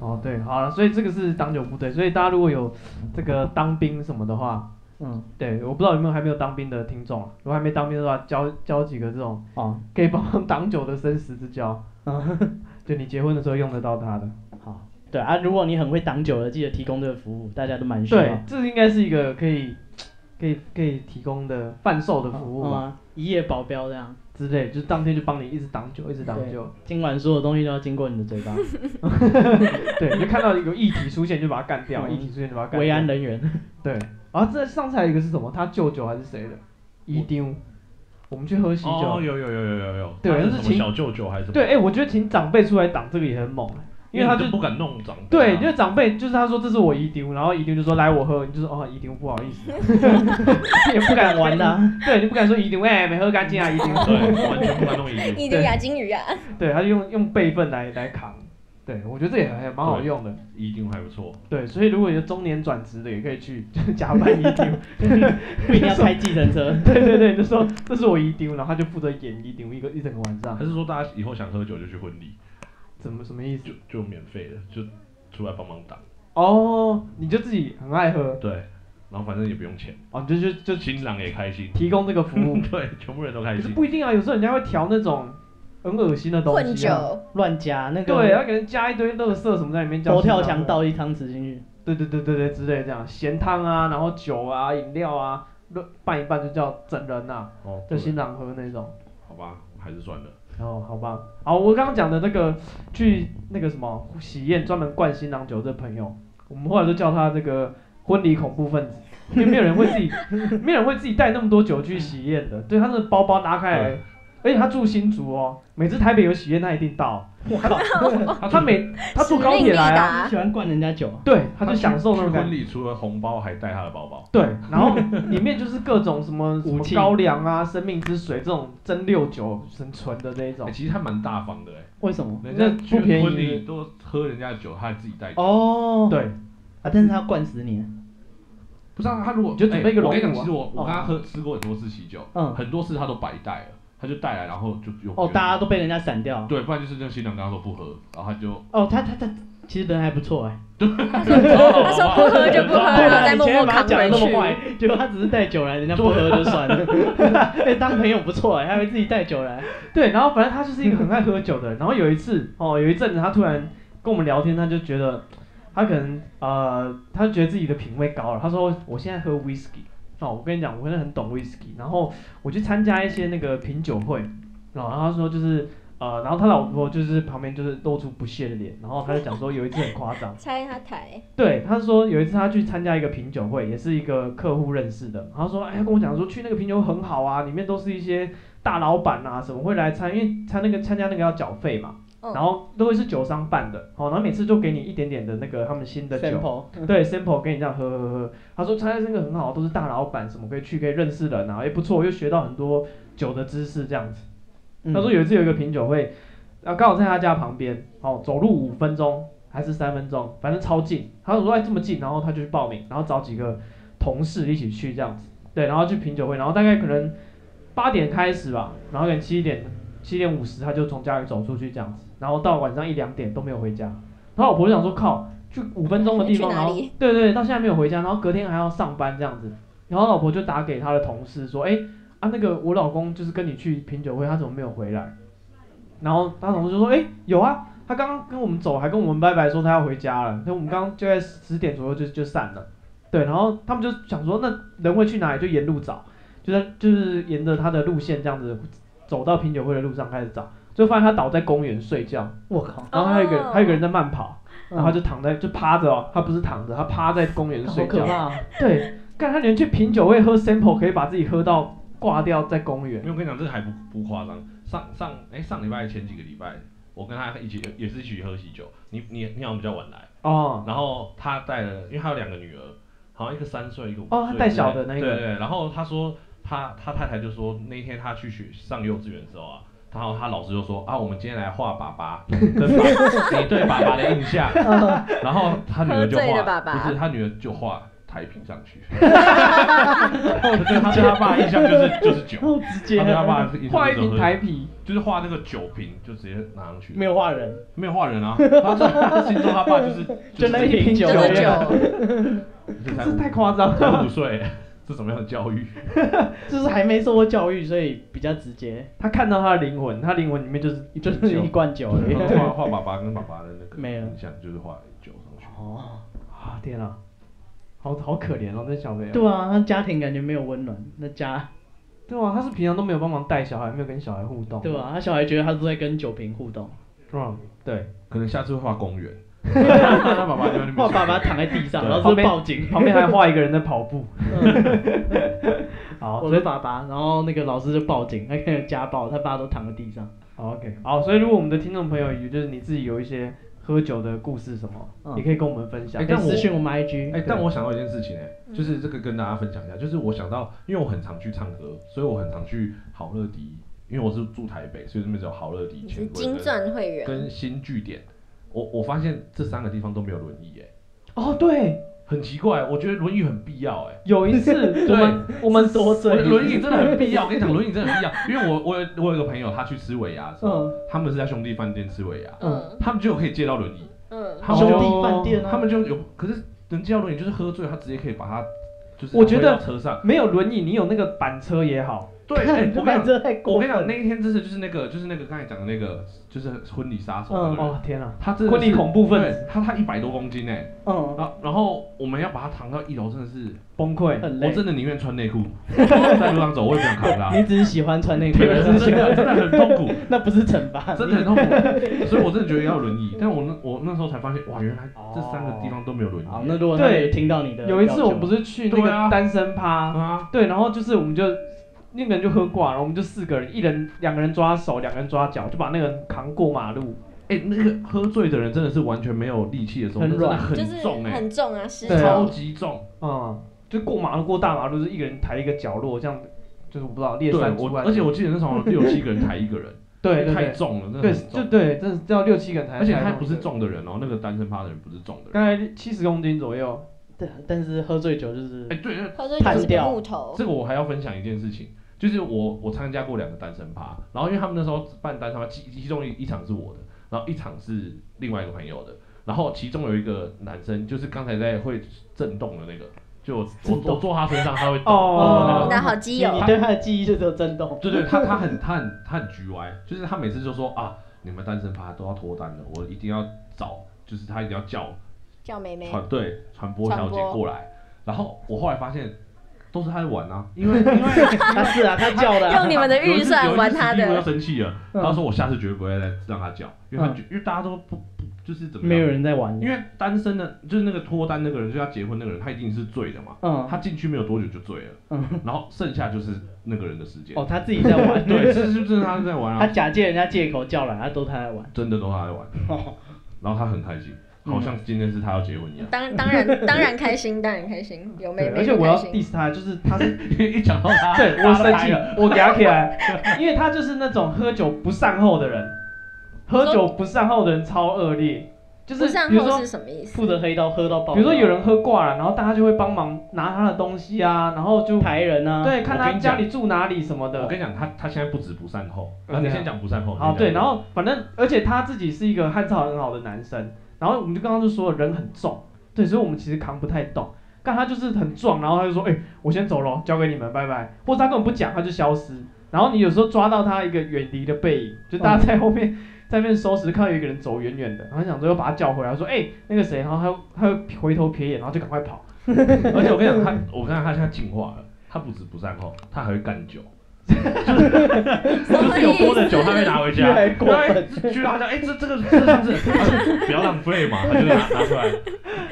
Speaker 1: 哦，对，好了，所以这个是挡酒部队，所以大家如果有这个当兵什么的话，
Speaker 2: 嗯，
Speaker 1: 对，我不知道有没有还没有当兵的听众啊，如果还没当兵的话，交交几个这种
Speaker 2: 哦，
Speaker 1: 可以帮忙挡酒的生死之交，
Speaker 2: 嗯，
Speaker 1: 就你结婚的时候用得到它的。
Speaker 2: 好，对啊，如果你很会挡酒的，记得提供这个服务，大家都蛮需
Speaker 1: 对
Speaker 2: 要。，
Speaker 1: 这应该是一个可以可以可以提供的贩售的服务
Speaker 2: 嗯
Speaker 1: 吧、
Speaker 2: 啊，一夜保镖这样，
Speaker 1: 之类，就是当天就帮你一直挡酒，一直挡酒，
Speaker 2: 今晚所有东西都要经过你的嘴 巴。
Speaker 1: 对，你就看到有议题出现就把它干掉，
Speaker 2: 嗯
Speaker 1: 议题出现就把它干
Speaker 2: 维安
Speaker 1: 掉。
Speaker 2: 人员，
Speaker 1: 对，然后这上次还有一个是什么？他舅舅还是谁的？一丢，我们去喝喜酒。
Speaker 4: 哦，有有有有有有，
Speaker 1: 对
Speaker 4: 他
Speaker 1: 但
Speaker 4: 是
Speaker 1: 是
Speaker 4: 什么
Speaker 1: 请
Speaker 4: 小舅舅还是什么？
Speaker 1: 对，哎、我觉得请长辈出来挡这个也很猛、因为他
Speaker 4: 你
Speaker 1: 就
Speaker 4: 不敢弄长辈
Speaker 1: 对，
Speaker 4: 啊
Speaker 1: 就是长辈，就是他说这是我姨丢，然后姨丢就说来我喝，你就说哦姨丢不好意思，啊 也不敢玩的、
Speaker 2: 啊
Speaker 1: 对，你不敢说姨丢哎、没喝干净啊姨丢，
Speaker 4: 对，完全不敢弄一定。
Speaker 5: 你的雅金鱼啊，
Speaker 1: 对，他就用用辈分来来扛，对我觉得这也还蛮好用的，
Speaker 4: 一定还不错，
Speaker 1: 对，所以如果有中年转职的也可以去 加班姨丢，
Speaker 2: 不一定要开计程 车。
Speaker 1: 对对对，就说这是我姨丢，然后他就负责演姨丢一个一整个晚上
Speaker 4: 还，是说大家以后想喝酒就去婚礼，
Speaker 1: 怎么什么意思
Speaker 4: 就？就免费的，就出来帮忙打。
Speaker 1: 哦，你就自己很爱喝，
Speaker 4: 对，然后反正也不用钱，
Speaker 1: 哦，你就就
Speaker 4: 就
Speaker 1: 就
Speaker 4: 新郎也开心，
Speaker 1: 提供这个服务。
Speaker 4: 对，全部人都开
Speaker 1: 可是
Speaker 4: 心。
Speaker 1: 不一定啊，有时候人家会调那种很恶心的东
Speaker 5: 混
Speaker 1: 西、
Speaker 5: 酒
Speaker 1: 啊，，
Speaker 2: 乱加那
Speaker 1: 对，他
Speaker 2: 个
Speaker 1: 可能加一堆垃圾什么在里面，
Speaker 2: 佛跳墙
Speaker 1: 到，
Speaker 2: 倒一汤匙进 去，
Speaker 1: 对对对对对之类这样，咸汤啊，然后酒啊，饮料啊，乱拌一拌就叫整人呐、啊，
Speaker 4: 哦，
Speaker 1: 就
Speaker 4: 对
Speaker 1: 新郎喝那种。
Speaker 4: 好吧，还是算了。
Speaker 1: 哦，好吧，好，我刚刚讲的那个去那个什么喜宴专门灌新郎酒这朋友，我们后来都叫他这个婚礼恐怖 分子，因为没有人会自己，没有人会自己带那么多酒去喜宴的。对，他的包包拿开来，而且他住新竹哦，每次台北有喜宴他一定到，
Speaker 2: 我 靠，
Speaker 1: 他每他坐高铁来啊，
Speaker 5: 啊
Speaker 2: 喜欢灌人家酒，
Speaker 1: 对，他就享受那
Speaker 4: 哦去
Speaker 1: 种感
Speaker 4: 婚
Speaker 1: 觉。
Speaker 4: 礼除了红包，还带他的包包。
Speaker 1: 对，然后里面就是各种什么什
Speaker 2: 武
Speaker 1: 么
Speaker 2: 器
Speaker 1: 高粱 啊、生命之水这种蒸馏酒生存的那一种
Speaker 4: 欸、。其实他蛮大方的哎、
Speaker 2: 为什么？
Speaker 4: 人
Speaker 1: 那
Speaker 4: 家去
Speaker 1: 不便宜
Speaker 4: 婚礼都喝人家的酒，他还自己带酒。
Speaker 2: 哦，
Speaker 1: 对，
Speaker 2: 啊，但是他要灌死你，
Speaker 4: 不是啊，他如果
Speaker 1: 就准备一个
Speaker 4: 欸我跟你
Speaker 1: 龙骨啊
Speaker 4: 讲，其实我我跟他喝吃过很多次喜酒，
Speaker 2: 嗯
Speaker 4: 很多次他都白带了，他就带来，然后就就
Speaker 2: 哦，大家都被人家闪掉，啊
Speaker 4: 对，不然就是那个新娘刚刚说不喝，然后他就
Speaker 2: 哦，他他他其实人还不错哎，
Speaker 5: 他说他说不喝就不喝，
Speaker 2: 对
Speaker 5: 然后
Speaker 2: 啊，
Speaker 5: 再
Speaker 2: 你
Speaker 5: 默
Speaker 2: 前
Speaker 5: 默
Speaker 2: 面把他
Speaker 5: 扛
Speaker 2: 讲的
Speaker 5: 回
Speaker 2: 那么
Speaker 5: 去，啊
Speaker 2: 坏，结果他只是带酒来，人家不喝就算了， 哎，当朋友不错哎，还会自己带酒来，
Speaker 1: 对，然后反正他就是一个很爱喝酒的人。然后有一次，哦，有一阵子他突然跟我们聊天，他就觉得他可能呃，他觉得自己的品味高了。他说我现在喝 whisky，哦，我跟你讲，我真的很懂 whisky。然后我去参加一些那个品酒会，哦然后他说就是呃，然后他老婆就是旁边就是露出不屑的脸，然后他就讲说有一次很夸张。
Speaker 5: 拆他台，
Speaker 1: 对，他说有一次他去参加一个品酒会，也是一个客户认识的，他说，哎，他跟我讲说去那个品酒会很好啊，里面都是一些大老板啊什么会来参，因为参那个参加那个要缴费嘛，
Speaker 5: 嗯
Speaker 1: 然后都会是酒商办的，哦，然后每次就给你一点点的那个他们新的酒，嗯
Speaker 2: sample，
Speaker 1: 对，sample 给你这样喝喝喝，他说参加这个很好，都是大老板什么可以去可以认识人啊，也不错，又学到很多酒的知识这样子。
Speaker 2: 嗯
Speaker 1: 他说有一次有一个品酒会，啊，刚好在他家旁边，哦，走路五分钟还是三分钟，反正超近。他说哎这么近，然后他就去报名，然后找几个同事一起去这样子，对，然后去品酒会，然后大概可能八点开始吧，然后可能七点七点五十他就从家里走出去这样子，然后到晚上一两点都没有回家。他老婆就想说靠，去五分钟的地方，
Speaker 5: 去
Speaker 1: 然
Speaker 5: 哪里
Speaker 1: 后对对，到现在没有回家，然后隔天还要上班这样子。然后老婆就打给他的同事说，哎、啊，那个我老公就是跟你去品酒会，他怎么没有回来？然后他同事就说，哎、有啊，他刚刚跟我们走，还跟我们拜拜说他要回家了，那我们刚刚就在十点左右就就散了。对，然后他们就想说，那人会去哪里？就沿路找，就在就是沿着他的路线这样子走到品酒会的路上开始找，就发现他倒在公园睡觉，
Speaker 2: 我靠，哦
Speaker 1: 然后还有一个人，
Speaker 5: 哦
Speaker 1: 还有一个人在慢跑，然后他就躺在就趴着哦，他不是躺着，他趴在公园
Speaker 2: 好
Speaker 1: 睡
Speaker 2: 可
Speaker 1: 觉。
Speaker 2: 怕啊！
Speaker 1: 对，干他连去品酒会喝 sample 可以把自己喝到挂掉在公园
Speaker 4: 因。为嗯我跟你讲，这个还不不夸张。上上哎、上礼拜前几个礼拜，我跟他一起也是一起喝喜酒。你你你好像比较晚来，
Speaker 1: 哦
Speaker 4: 然后他带了，因为他有两个女儿，好像一个三岁，一个五岁。
Speaker 1: 哦，他带小的那
Speaker 4: 对
Speaker 1: 一
Speaker 4: 对
Speaker 1: 个，
Speaker 4: 对，然后他说他他太太就说那天他去学上幼稚园的时候啊，然后他老师就说啊，我们今天来画爸爸跟 爸你对爸爸的印 象，然后他女儿就
Speaker 5: 喝醉
Speaker 4: 画，
Speaker 5: 的爸爸
Speaker 4: 不是他女儿就画台屏上 去，对他对他爸的印象就是就是酒，
Speaker 5: 啊
Speaker 2: 哦， 直接
Speaker 4: 他对他爸 的印象就是
Speaker 1: 画一瓶台啤，
Speaker 4: 就是画那个酒瓶就直接拿上去，
Speaker 2: 没有画人，
Speaker 4: 没有画人啊，他就他心中他爸就是
Speaker 2: 就那一瓶酒
Speaker 5: 就
Speaker 1: 酒
Speaker 5: 是
Speaker 1: 量
Speaker 5: 酒，
Speaker 4: 这才
Speaker 1: 这
Speaker 4: 五
Speaker 1: 太夸张了。
Speaker 4: 才五岁， 这什么样的 教育？
Speaker 2: 就是还没受过教育，所以比较直 接，
Speaker 1: 他看到他的灵魂，他灵魂里面就是一
Speaker 2: 就
Speaker 1: 瓶
Speaker 2: 是
Speaker 1: 酒
Speaker 2: 一。罐酒而已。
Speaker 4: 然后画画爸爸跟爸爸的那个
Speaker 2: 没有
Speaker 4: 印象就是画酒上去。
Speaker 2: 哦，
Speaker 1: 啊天啊，好好可怜哦，这小朋友。
Speaker 2: 对啊，他家庭感觉没有温暖，那家
Speaker 1: 对啊，他是平常都没有帮忙带小孩，没有跟小孩
Speaker 4: 哦
Speaker 1: 互动。
Speaker 2: 对啊吧、他小孩觉得他都在跟酒瓶互动，
Speaker 1: 是吗？对，
Speaker 4: 可能下次会画公 园，他爸爸就在那边
Speaker 2: 哇，爸爸躺在地上，
Speaker 4: 对
Speaker 2: 然后就报警，嗯
Speaker 1: 旁边还画一个人在跑步。 好，
Speaker 2: 我
Speaker 1: 所以
Speaker 2: 的爸爸，然后那个老师就报警，他可 能有家暴，他爸都躺在地上。
Speaker 1: 好 OK，好，所以如果我们的听众朋友有就是你自己有一些喝酒的故事什么，
Speaker 2: 嗯
Speaker 1: 也可以跟我们分享
Speaker 4: 哎。
Speaker 2: 可以
Speaker 4: 但我
Speaker 2: 私讯我们 IG，
Speaker 4: 哎、但我想到一件事情、
Speaker 1: 嗯
Speaker 4: 哎，就是这个跟大家分享一下，就是我想到，因为我很常去唱歌，所以我很常去好乐迪，因为我是住台北，所以那边只有好乐迪、
Speaker 5: 你
Speaker 4: 钱
Speaker 5: 是
Speaker 4: 柜
Speaker 5: 金
Speaker 4: 跟
Speaker 5: 钻会员，
Speaker 4: 跟新据点。我我发现这三个地方都没有轮椅、
Speaker 1: 哦，对，
Speaker 4: 哎，很奇怪，我觉得轮椅很必要、哎。
Speaker 1: 有一次我们我们多
Speaker 4: 我轮椅真的很必要，我 跟你讲，轮椅真的很必要，因为我我有我有个朋友，他去吃尾牙的时候，
Speaker 2: 嗯，
Speaker 4: 他们是在兄弟饭店吃尾牙，
Speaker 5: 嗯
Speaker 4: 他们就可以借到轮椅，
Speaker 5: 嗯，
Speaker 4: 他们
Speaker 2: 兄
Speaker 4: 就
Speaker 2: 弟饭店啊，
Speaker 4: 他们就有，可是能借到轮椅就是喝醉，他直接可以把他就是
Speaker 1: 我觉得
Speaker 4: 推到车上，
Speaker 1: 没有轮椅，你有那个板车也好，
Speaker 4: 对，哎我跟你
Speaker 2: 买
Speaker 4: 讲，
Speaker 2: 这太
Speaker 4: 我
Speaker 2: 过
Speaker 4: 跟你讲，
Speaker 2: 分。
Speaker 4: 那一天真是就是那个就是那个刚才讲的那个就是婚礼杀手那
Speaker 2: 嗯
Speaker 4: 个人，
Speaker 1: 哦天啊，
Speaker 4: 他真的
Speaker 1: 婚礼
Speaker 4: 是
Speaker 1: 恐怖分子
Speaker 4: 对，他他一百多公斤哎，
Speaker 2: 嗯，
Speaker 4: 然后然后我们要把他扛到一楼，真的是
Speaker 1: 崩溃。
Speaker 2: 很
Speaker 4: 我
Speaker 2: 累。
Speaker 4: 真的宁愿穿内裤 在路上走，我也不想扛他。
Speaker 2: 你只是喜欢穿内裤，
Speaker 4: 对真的真 的真的很痛苦，
Speaker 2: 那不是惩罚，
Speaker 4: 真的很痛苦，所以我真的觉得要轮 椅。但我那我那时候才发现，哇，原来这三个地方都没有轮椅。
Speaker 1: 哦
Speaker 2: 好，那如果他
Speaker 1: 对
Speaker 2: 有听到你的要求，
Speaker 1: 有一次我们不是去那
Speaker 4: 对
Speaker 1: 个
Speaker 4: 啊
Speaker 1: 单身趴，
Speaker 4: 啊，
Speaker 1: 对，然后就是我们就那个人就喝挂了，然后我们就四个人，一人两个人抓手，两个人抓脚，就把那个人扛过马路。
Speaker 4: 哎，那个喝醉的人真的是完全没有力气的时候，
Speaker 2: 很
Speaker 4: 那真的
Speaker 2: 软
Speaker 5: 就是
Speaker 4: 很重哎，
Speaker 5: 很重啊，失
Speaker 1: 对
Speaker 5: 重
Speaker 1: 啊
Speaker 4: 超，级重。
Speaker 1: 嗯，就过马路过大马路，就是一个人抬一个角落这样，就是我不知道
Speaker 4: 对
Speaker 1: 列三出
Speaker 4: 我，
Speaker 1: 来。
Speaker 4: 而且我记得那时候好像六七个人抬一个人，
Speaker 1: 对对
Speaker 4: 太
Speaker 1: 对
Speaker 4: 重了，真的
Speaker 1: 对，
Speaker 4: 很
Speaker 1: 就
Speaker 4: 重。
Speaker 1: 对，真的要六七个人抬，
Speaker 4: 而且他不是，重的人哦，那个单身趴的人不是重的人。
Speaker 1: 大概七十公斤左右。
Speaker 2: 对，啊但是喝醉酒就是
Speaker 4: 哎，对，那
Speaker 5: 喝醉酒
Speaker 2: 判
Speaker 5: 是
Speaker 2: 掉
Speaker 5: 木头，
Speaker 4: 这个我还要分享一件事情，就是我我参加过两个单身趴，然后因为他们那时候办单身趴，其其中一一场是我的，然后一场是另外一个朋友的，然后其中有一个男生就是刚才在会震动的那个，就我
Speaker 2: 震
Speaker 4: 我
Speaker 2: 动
Speaker 4: 我坐他身上他会动，
Speaker 1: 哦
Speaker 5: 你哦的好基
Speaker 2: 你
Speaker 5: 友
Speaker 2: 你，对他的记忆就只有震动。
Speaker 4: 对对，他 他很他很他很局歪，就是他每次就说啊，你们单身趴都要脱单了，我一定要找，就是他一定要叫
Speaker 5: 叫妹妹，
Speaker 4: 传对传播小姐
Speaker 5: 传播
Speaker 4: 过来，然后我后来发现都是他在玩啊，因为
Speaker 2: 他是啊，他叫的啊。
Speaker 5: 用你们的预算玩他
Speaker 4: 我要
Speaker 5: 的，
Speaker 4: 生气了，
Speaker 2: 嗯
Speaker 4: 他说我下次绝对不会再让他叫，因为他
Speaker 2: 嗯
Speaker 4: 觉因为大家都不不就是怎么样
Speaker 2: 没有，人在玩，
Speaker 4: 因为单身的，就是那个脱单那个人，就要结婚那个人，他一定是醉的嘛，
Speaker 2: 嗯
Speaker 4: 他进去没有多久就醉了，
Speaker 2: 嗯，
Speaker 4: 然后剩下就是那个人的 时间。
Speaker 2: 哦，他自己在 玩，
Speaker 4: 对，这是就是他在玩
Speaker 2: 他
Speaker 4: 啊，
Speaker 2: 假借人家借口叫来，他都他在玩。
Speaker 4: 真的都他在玩，
Speaker 2: 哦，嗯
Speaker 4: 然后他很开心，好像今天是他要结婚一样。
Speaker 5: 当当然当然开心，当然开心，有妹
Speaker 1: 对，
Speaker 5: 妹
Speaker 1: 而且我要
Speaker 5: 就开心，
Speaker 1: diss 他，就是他是
Speaker 4: 一讲到他，
Speaker 1: 对
Speaker 4: 啊他
Speaker 1: 我生
Speaker 4: 嗨
Speaker 1: 气
Speaker 4: 了，，
Speaker 1: 我给他起来， 因为他就是那种喝酒不善后的人，喝酒不善后的人超恶劣，就
Speaker 5: 不
Speaker 1: 是
Speaker 5: 上
Speaker 1: 比如说
Speaker 5: 后是什么意思？
Speaker 2: 负责黑到喝到
Speaker 4: 哦
Speaker 2: 爆。
Speaker 1: 比如说有人喝挂了，然后大家就会帮忙拿他的东西啊，然后就
Speaker 2: 排人啊，
Speaker 1: 对看
Speaker 4: 我
Speaker 1: 他
Speaker 4: 跟你
Speaker 1: 家
Speaker 4: 讲
Speaker 1: 里住哪里什么
Speaker 2: 嗯
Speaker 4: 我
Speaker 1: 的。
Speaker 4: 跟你讲，他他现在不止不善后，
Speaker 1: 嗯
Speaker 4: 啊，你
Speaker 1: 对啊
Speaker 4: 先讲不
Speaker 2: 哦
Speaker 4: 善后。
Speaker 1: 好，
Speaker 4: 你先讲
Speaker 1: 对，然后反正而且他自己是一个汉草很好的男生，然后我们就刚刚就说了人很重，对，所以我们其实扛不太动。但他就是很壮，然后他就说：“哎、我先走了，交给你们，拜拜。”或者他根本不讲，他就消失。然后你有时候抓到他一个远离的背影，就大家在后 面、在那边收拾，看到有一个人走远远的，然后想说又把他叫回来，说：“哎、那个谁？”然后他他又回头瞥眼，然后就赶快跑。
Speaker 4: 而且我跟你讲，他我看他现在进化了，他不止不善后，他还会干酒。
Speaker 5: 什么
Speaker 4: 就是有
Speaker 5: 意
Speaker 4: 多的
Speaker 5: 思？
Speaker 4: 酒他会拿回
Speaker 2: 越
Speaker 4: 家，
Speaker 2: 来越过分
Speaker 4: 对，就是好像哎这这个这上次他说不要浪费嘛，他就拿 拿出来，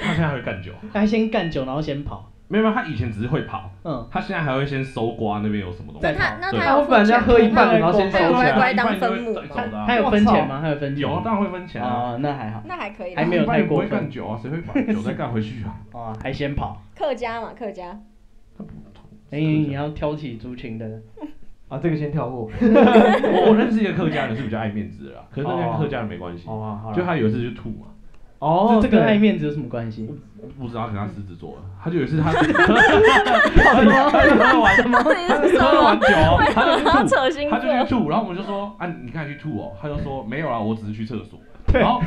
Speaker 4: 他现在还会干酒，
Speaker 2: 他先干酒，然后先跑，
Speaker 4: 没有没有，他以前只是会跑，
Speaker 2: 嗯，
Speaker 4: 他现在还会先搜刮那边有什么东
Speaker 5: 那
Speaker 4: 西，
Speaker 5: 他那
Speaker 4: 对
Speaker 5: 他有
Speaker 1: 不然
Speaker 5: 付
Speaker 1: 人家
Speaker 5: 钱
Speaker 1: 喝一
Speaker 5: 吗？
Speaker 1: 半，然后先收
Speaker 5: 对
Speaker 1: 起
Speaker 5: 乖
Speaker 1: 来。
Speaker 5: 乖当分母
Speaker 4: 走的啊
Speaker 2: 他有分钱吗？他有分钱
Speaker 4: 有啊，
Speaker 2: 吗？
Speaker 4: 当然会分钱啊，
Speaker 2: 哦，那还好，
Speaker 5: 那还可以
Speaker 2: 还
Speaker 5: 啦，
Speaker 2: 没有
Speaker 4: 一般人
Speaker 2: 太
Speaker 4: 不
Speaker 2: 过
Speaker 4: 会
Speaker 2: 分
Speaker 4: 干酒啊，谁会把酒再干回去啊？
Speaker 2: 哦，还先跑，
Speaker 5: 客家嘛，客 家。
Speaker 2: 哎，你要挑起族群的，
Speaker 1: 啊，这个先跳过。
Speaker 4: 我我认识一个客家人是比较爱面子的啦，可是那跟客家人没关系，
Speaker 1: 哦，好啦
Speaker 4: 就他有一次就吐嘛，
Speaker 1: 哦，
Speaker 2: 这这跟爱
Speaker 1: 对
Speaker 2: 面子有什么关系？
Speaker 4: 我不知道可能他狮子座了，他就有 一次他
Speaker 1: 喝完
Speaker 5: 到底是什
Speaker 4: 喝
Speaker 5: 么？
Speaker 4: 完酒，他就去
Speaker 5: 好
Speaker 4: 吐，
Speaker 5: 扯星
Speaker 4: 他
Speaker 5: 座
Speaker 4: 就。去吐，然后我们就说啊，你看去吐哦，他就说没有啊，我只是去厕所。
Speaker 1: 对
Speaker 4: 然后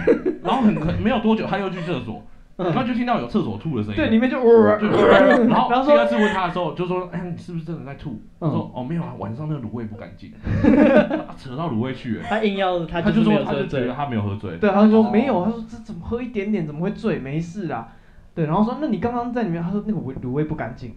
Speaker 4: 然后很很没有多久他又去厕所，
Speaker 2: 嗯
Speaker 4: 然后就听到有厕所吐的声音。
Speaker 1: 对，里面就
Speaker 4: 就然后
Speaker 1: 然后
Speaker 4: 第
Speaker 1: 说
Speaker 4: 二次问他的时候，就说：“哎，你是不是真的在吐？”
Speaker 2: 嗯
Speaker 4: 他说：“哦，没有啊，晚上那个卤味不干 净。”啊扯到卤味去了，
Speaker 2: 他硬要，他
Speaker 4: 他
Speaker 2: 就是
Speaker 4: 说
Speaker 2: 没有
Speaker 4: 他
Speaker 2: 喝
Speaker 4: 就觉
Speaker 2: 醉
Speaker 4: 得，他没有喝醉，
Speaker 1: 对，他就说没有，他说这怎么喝一点点怎么会醉？没事啦。对，然后说那你刚刚在里面，他说那个味卤味不干净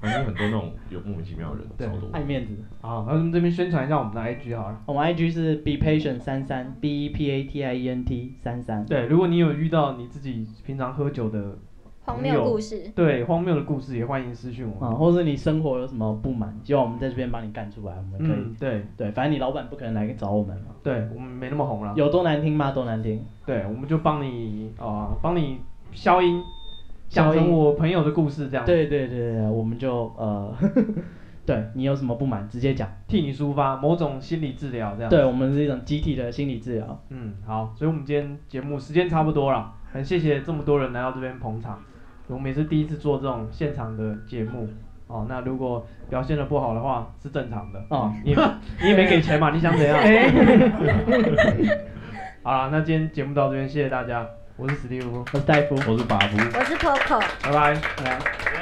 Speaker 4: 反正很多那种有莫名其妙的人，
Speaker 1: 对
Speaker 4: 超多。
Speaker 2: 爱面子。
Speaker 1: 啊。他们这边宣传一下我们的 IG 好了。
Speaker 2: 我们 IG 是 be patient 三三 b e p a t i e n t 三三。
Speaker 1: 对，如果你有遇到你自己平常喝酒的
Speaker 5: 荒谬故事，
Speaker 1: 对荒谬的故事，也欢迎私讯我
Speaker 2: 啊，
Speaker 1: 们。
Speaker 2: 或是你生活有什么不满，希望我们在这边帮你干出来，我们可以。
Speaker 1: 嗯，对
Speaker 2: 对，反正你老板不可能来找我们嘛，
Speaker 1: 对，我们没那么红了。
Speaker 2: 有多难听骂多难听。
Speaker 1: 对，我们就帮你啊，帮你消音，讲
Speaker 2: 消音
Speaker 1: 成我朋友的故事这样，
Speaker 2: 对对对对，我们就呃， 对你有什么不满直接讲。
Speaker 1: 替你抒发某种心理治疗这样。
Speaker 2: 对我们是一种集体的心理治疗。
Speaker 1: 嗯，好，所以我们今天节目时间差不多了，很谢谢这么多人来到这边捧场，我们也是第一次做这种现场的节目。哦，那如果表现的不好的话是正常的，
Speaker 2: 哦，
Speaker 1: 你也你也没给钱嘛，你想怎样？ 好了，那今天节目到这边，谢谢大家，我是史蒂夫，
Speaker 2: 我是戴夫。
Speaker 4: 我是巴夫。
Speaker 5: 我是 Coco。
Speaker 1: 拜拜。
Speaker 2: 拜拜
Speaker 4: 哎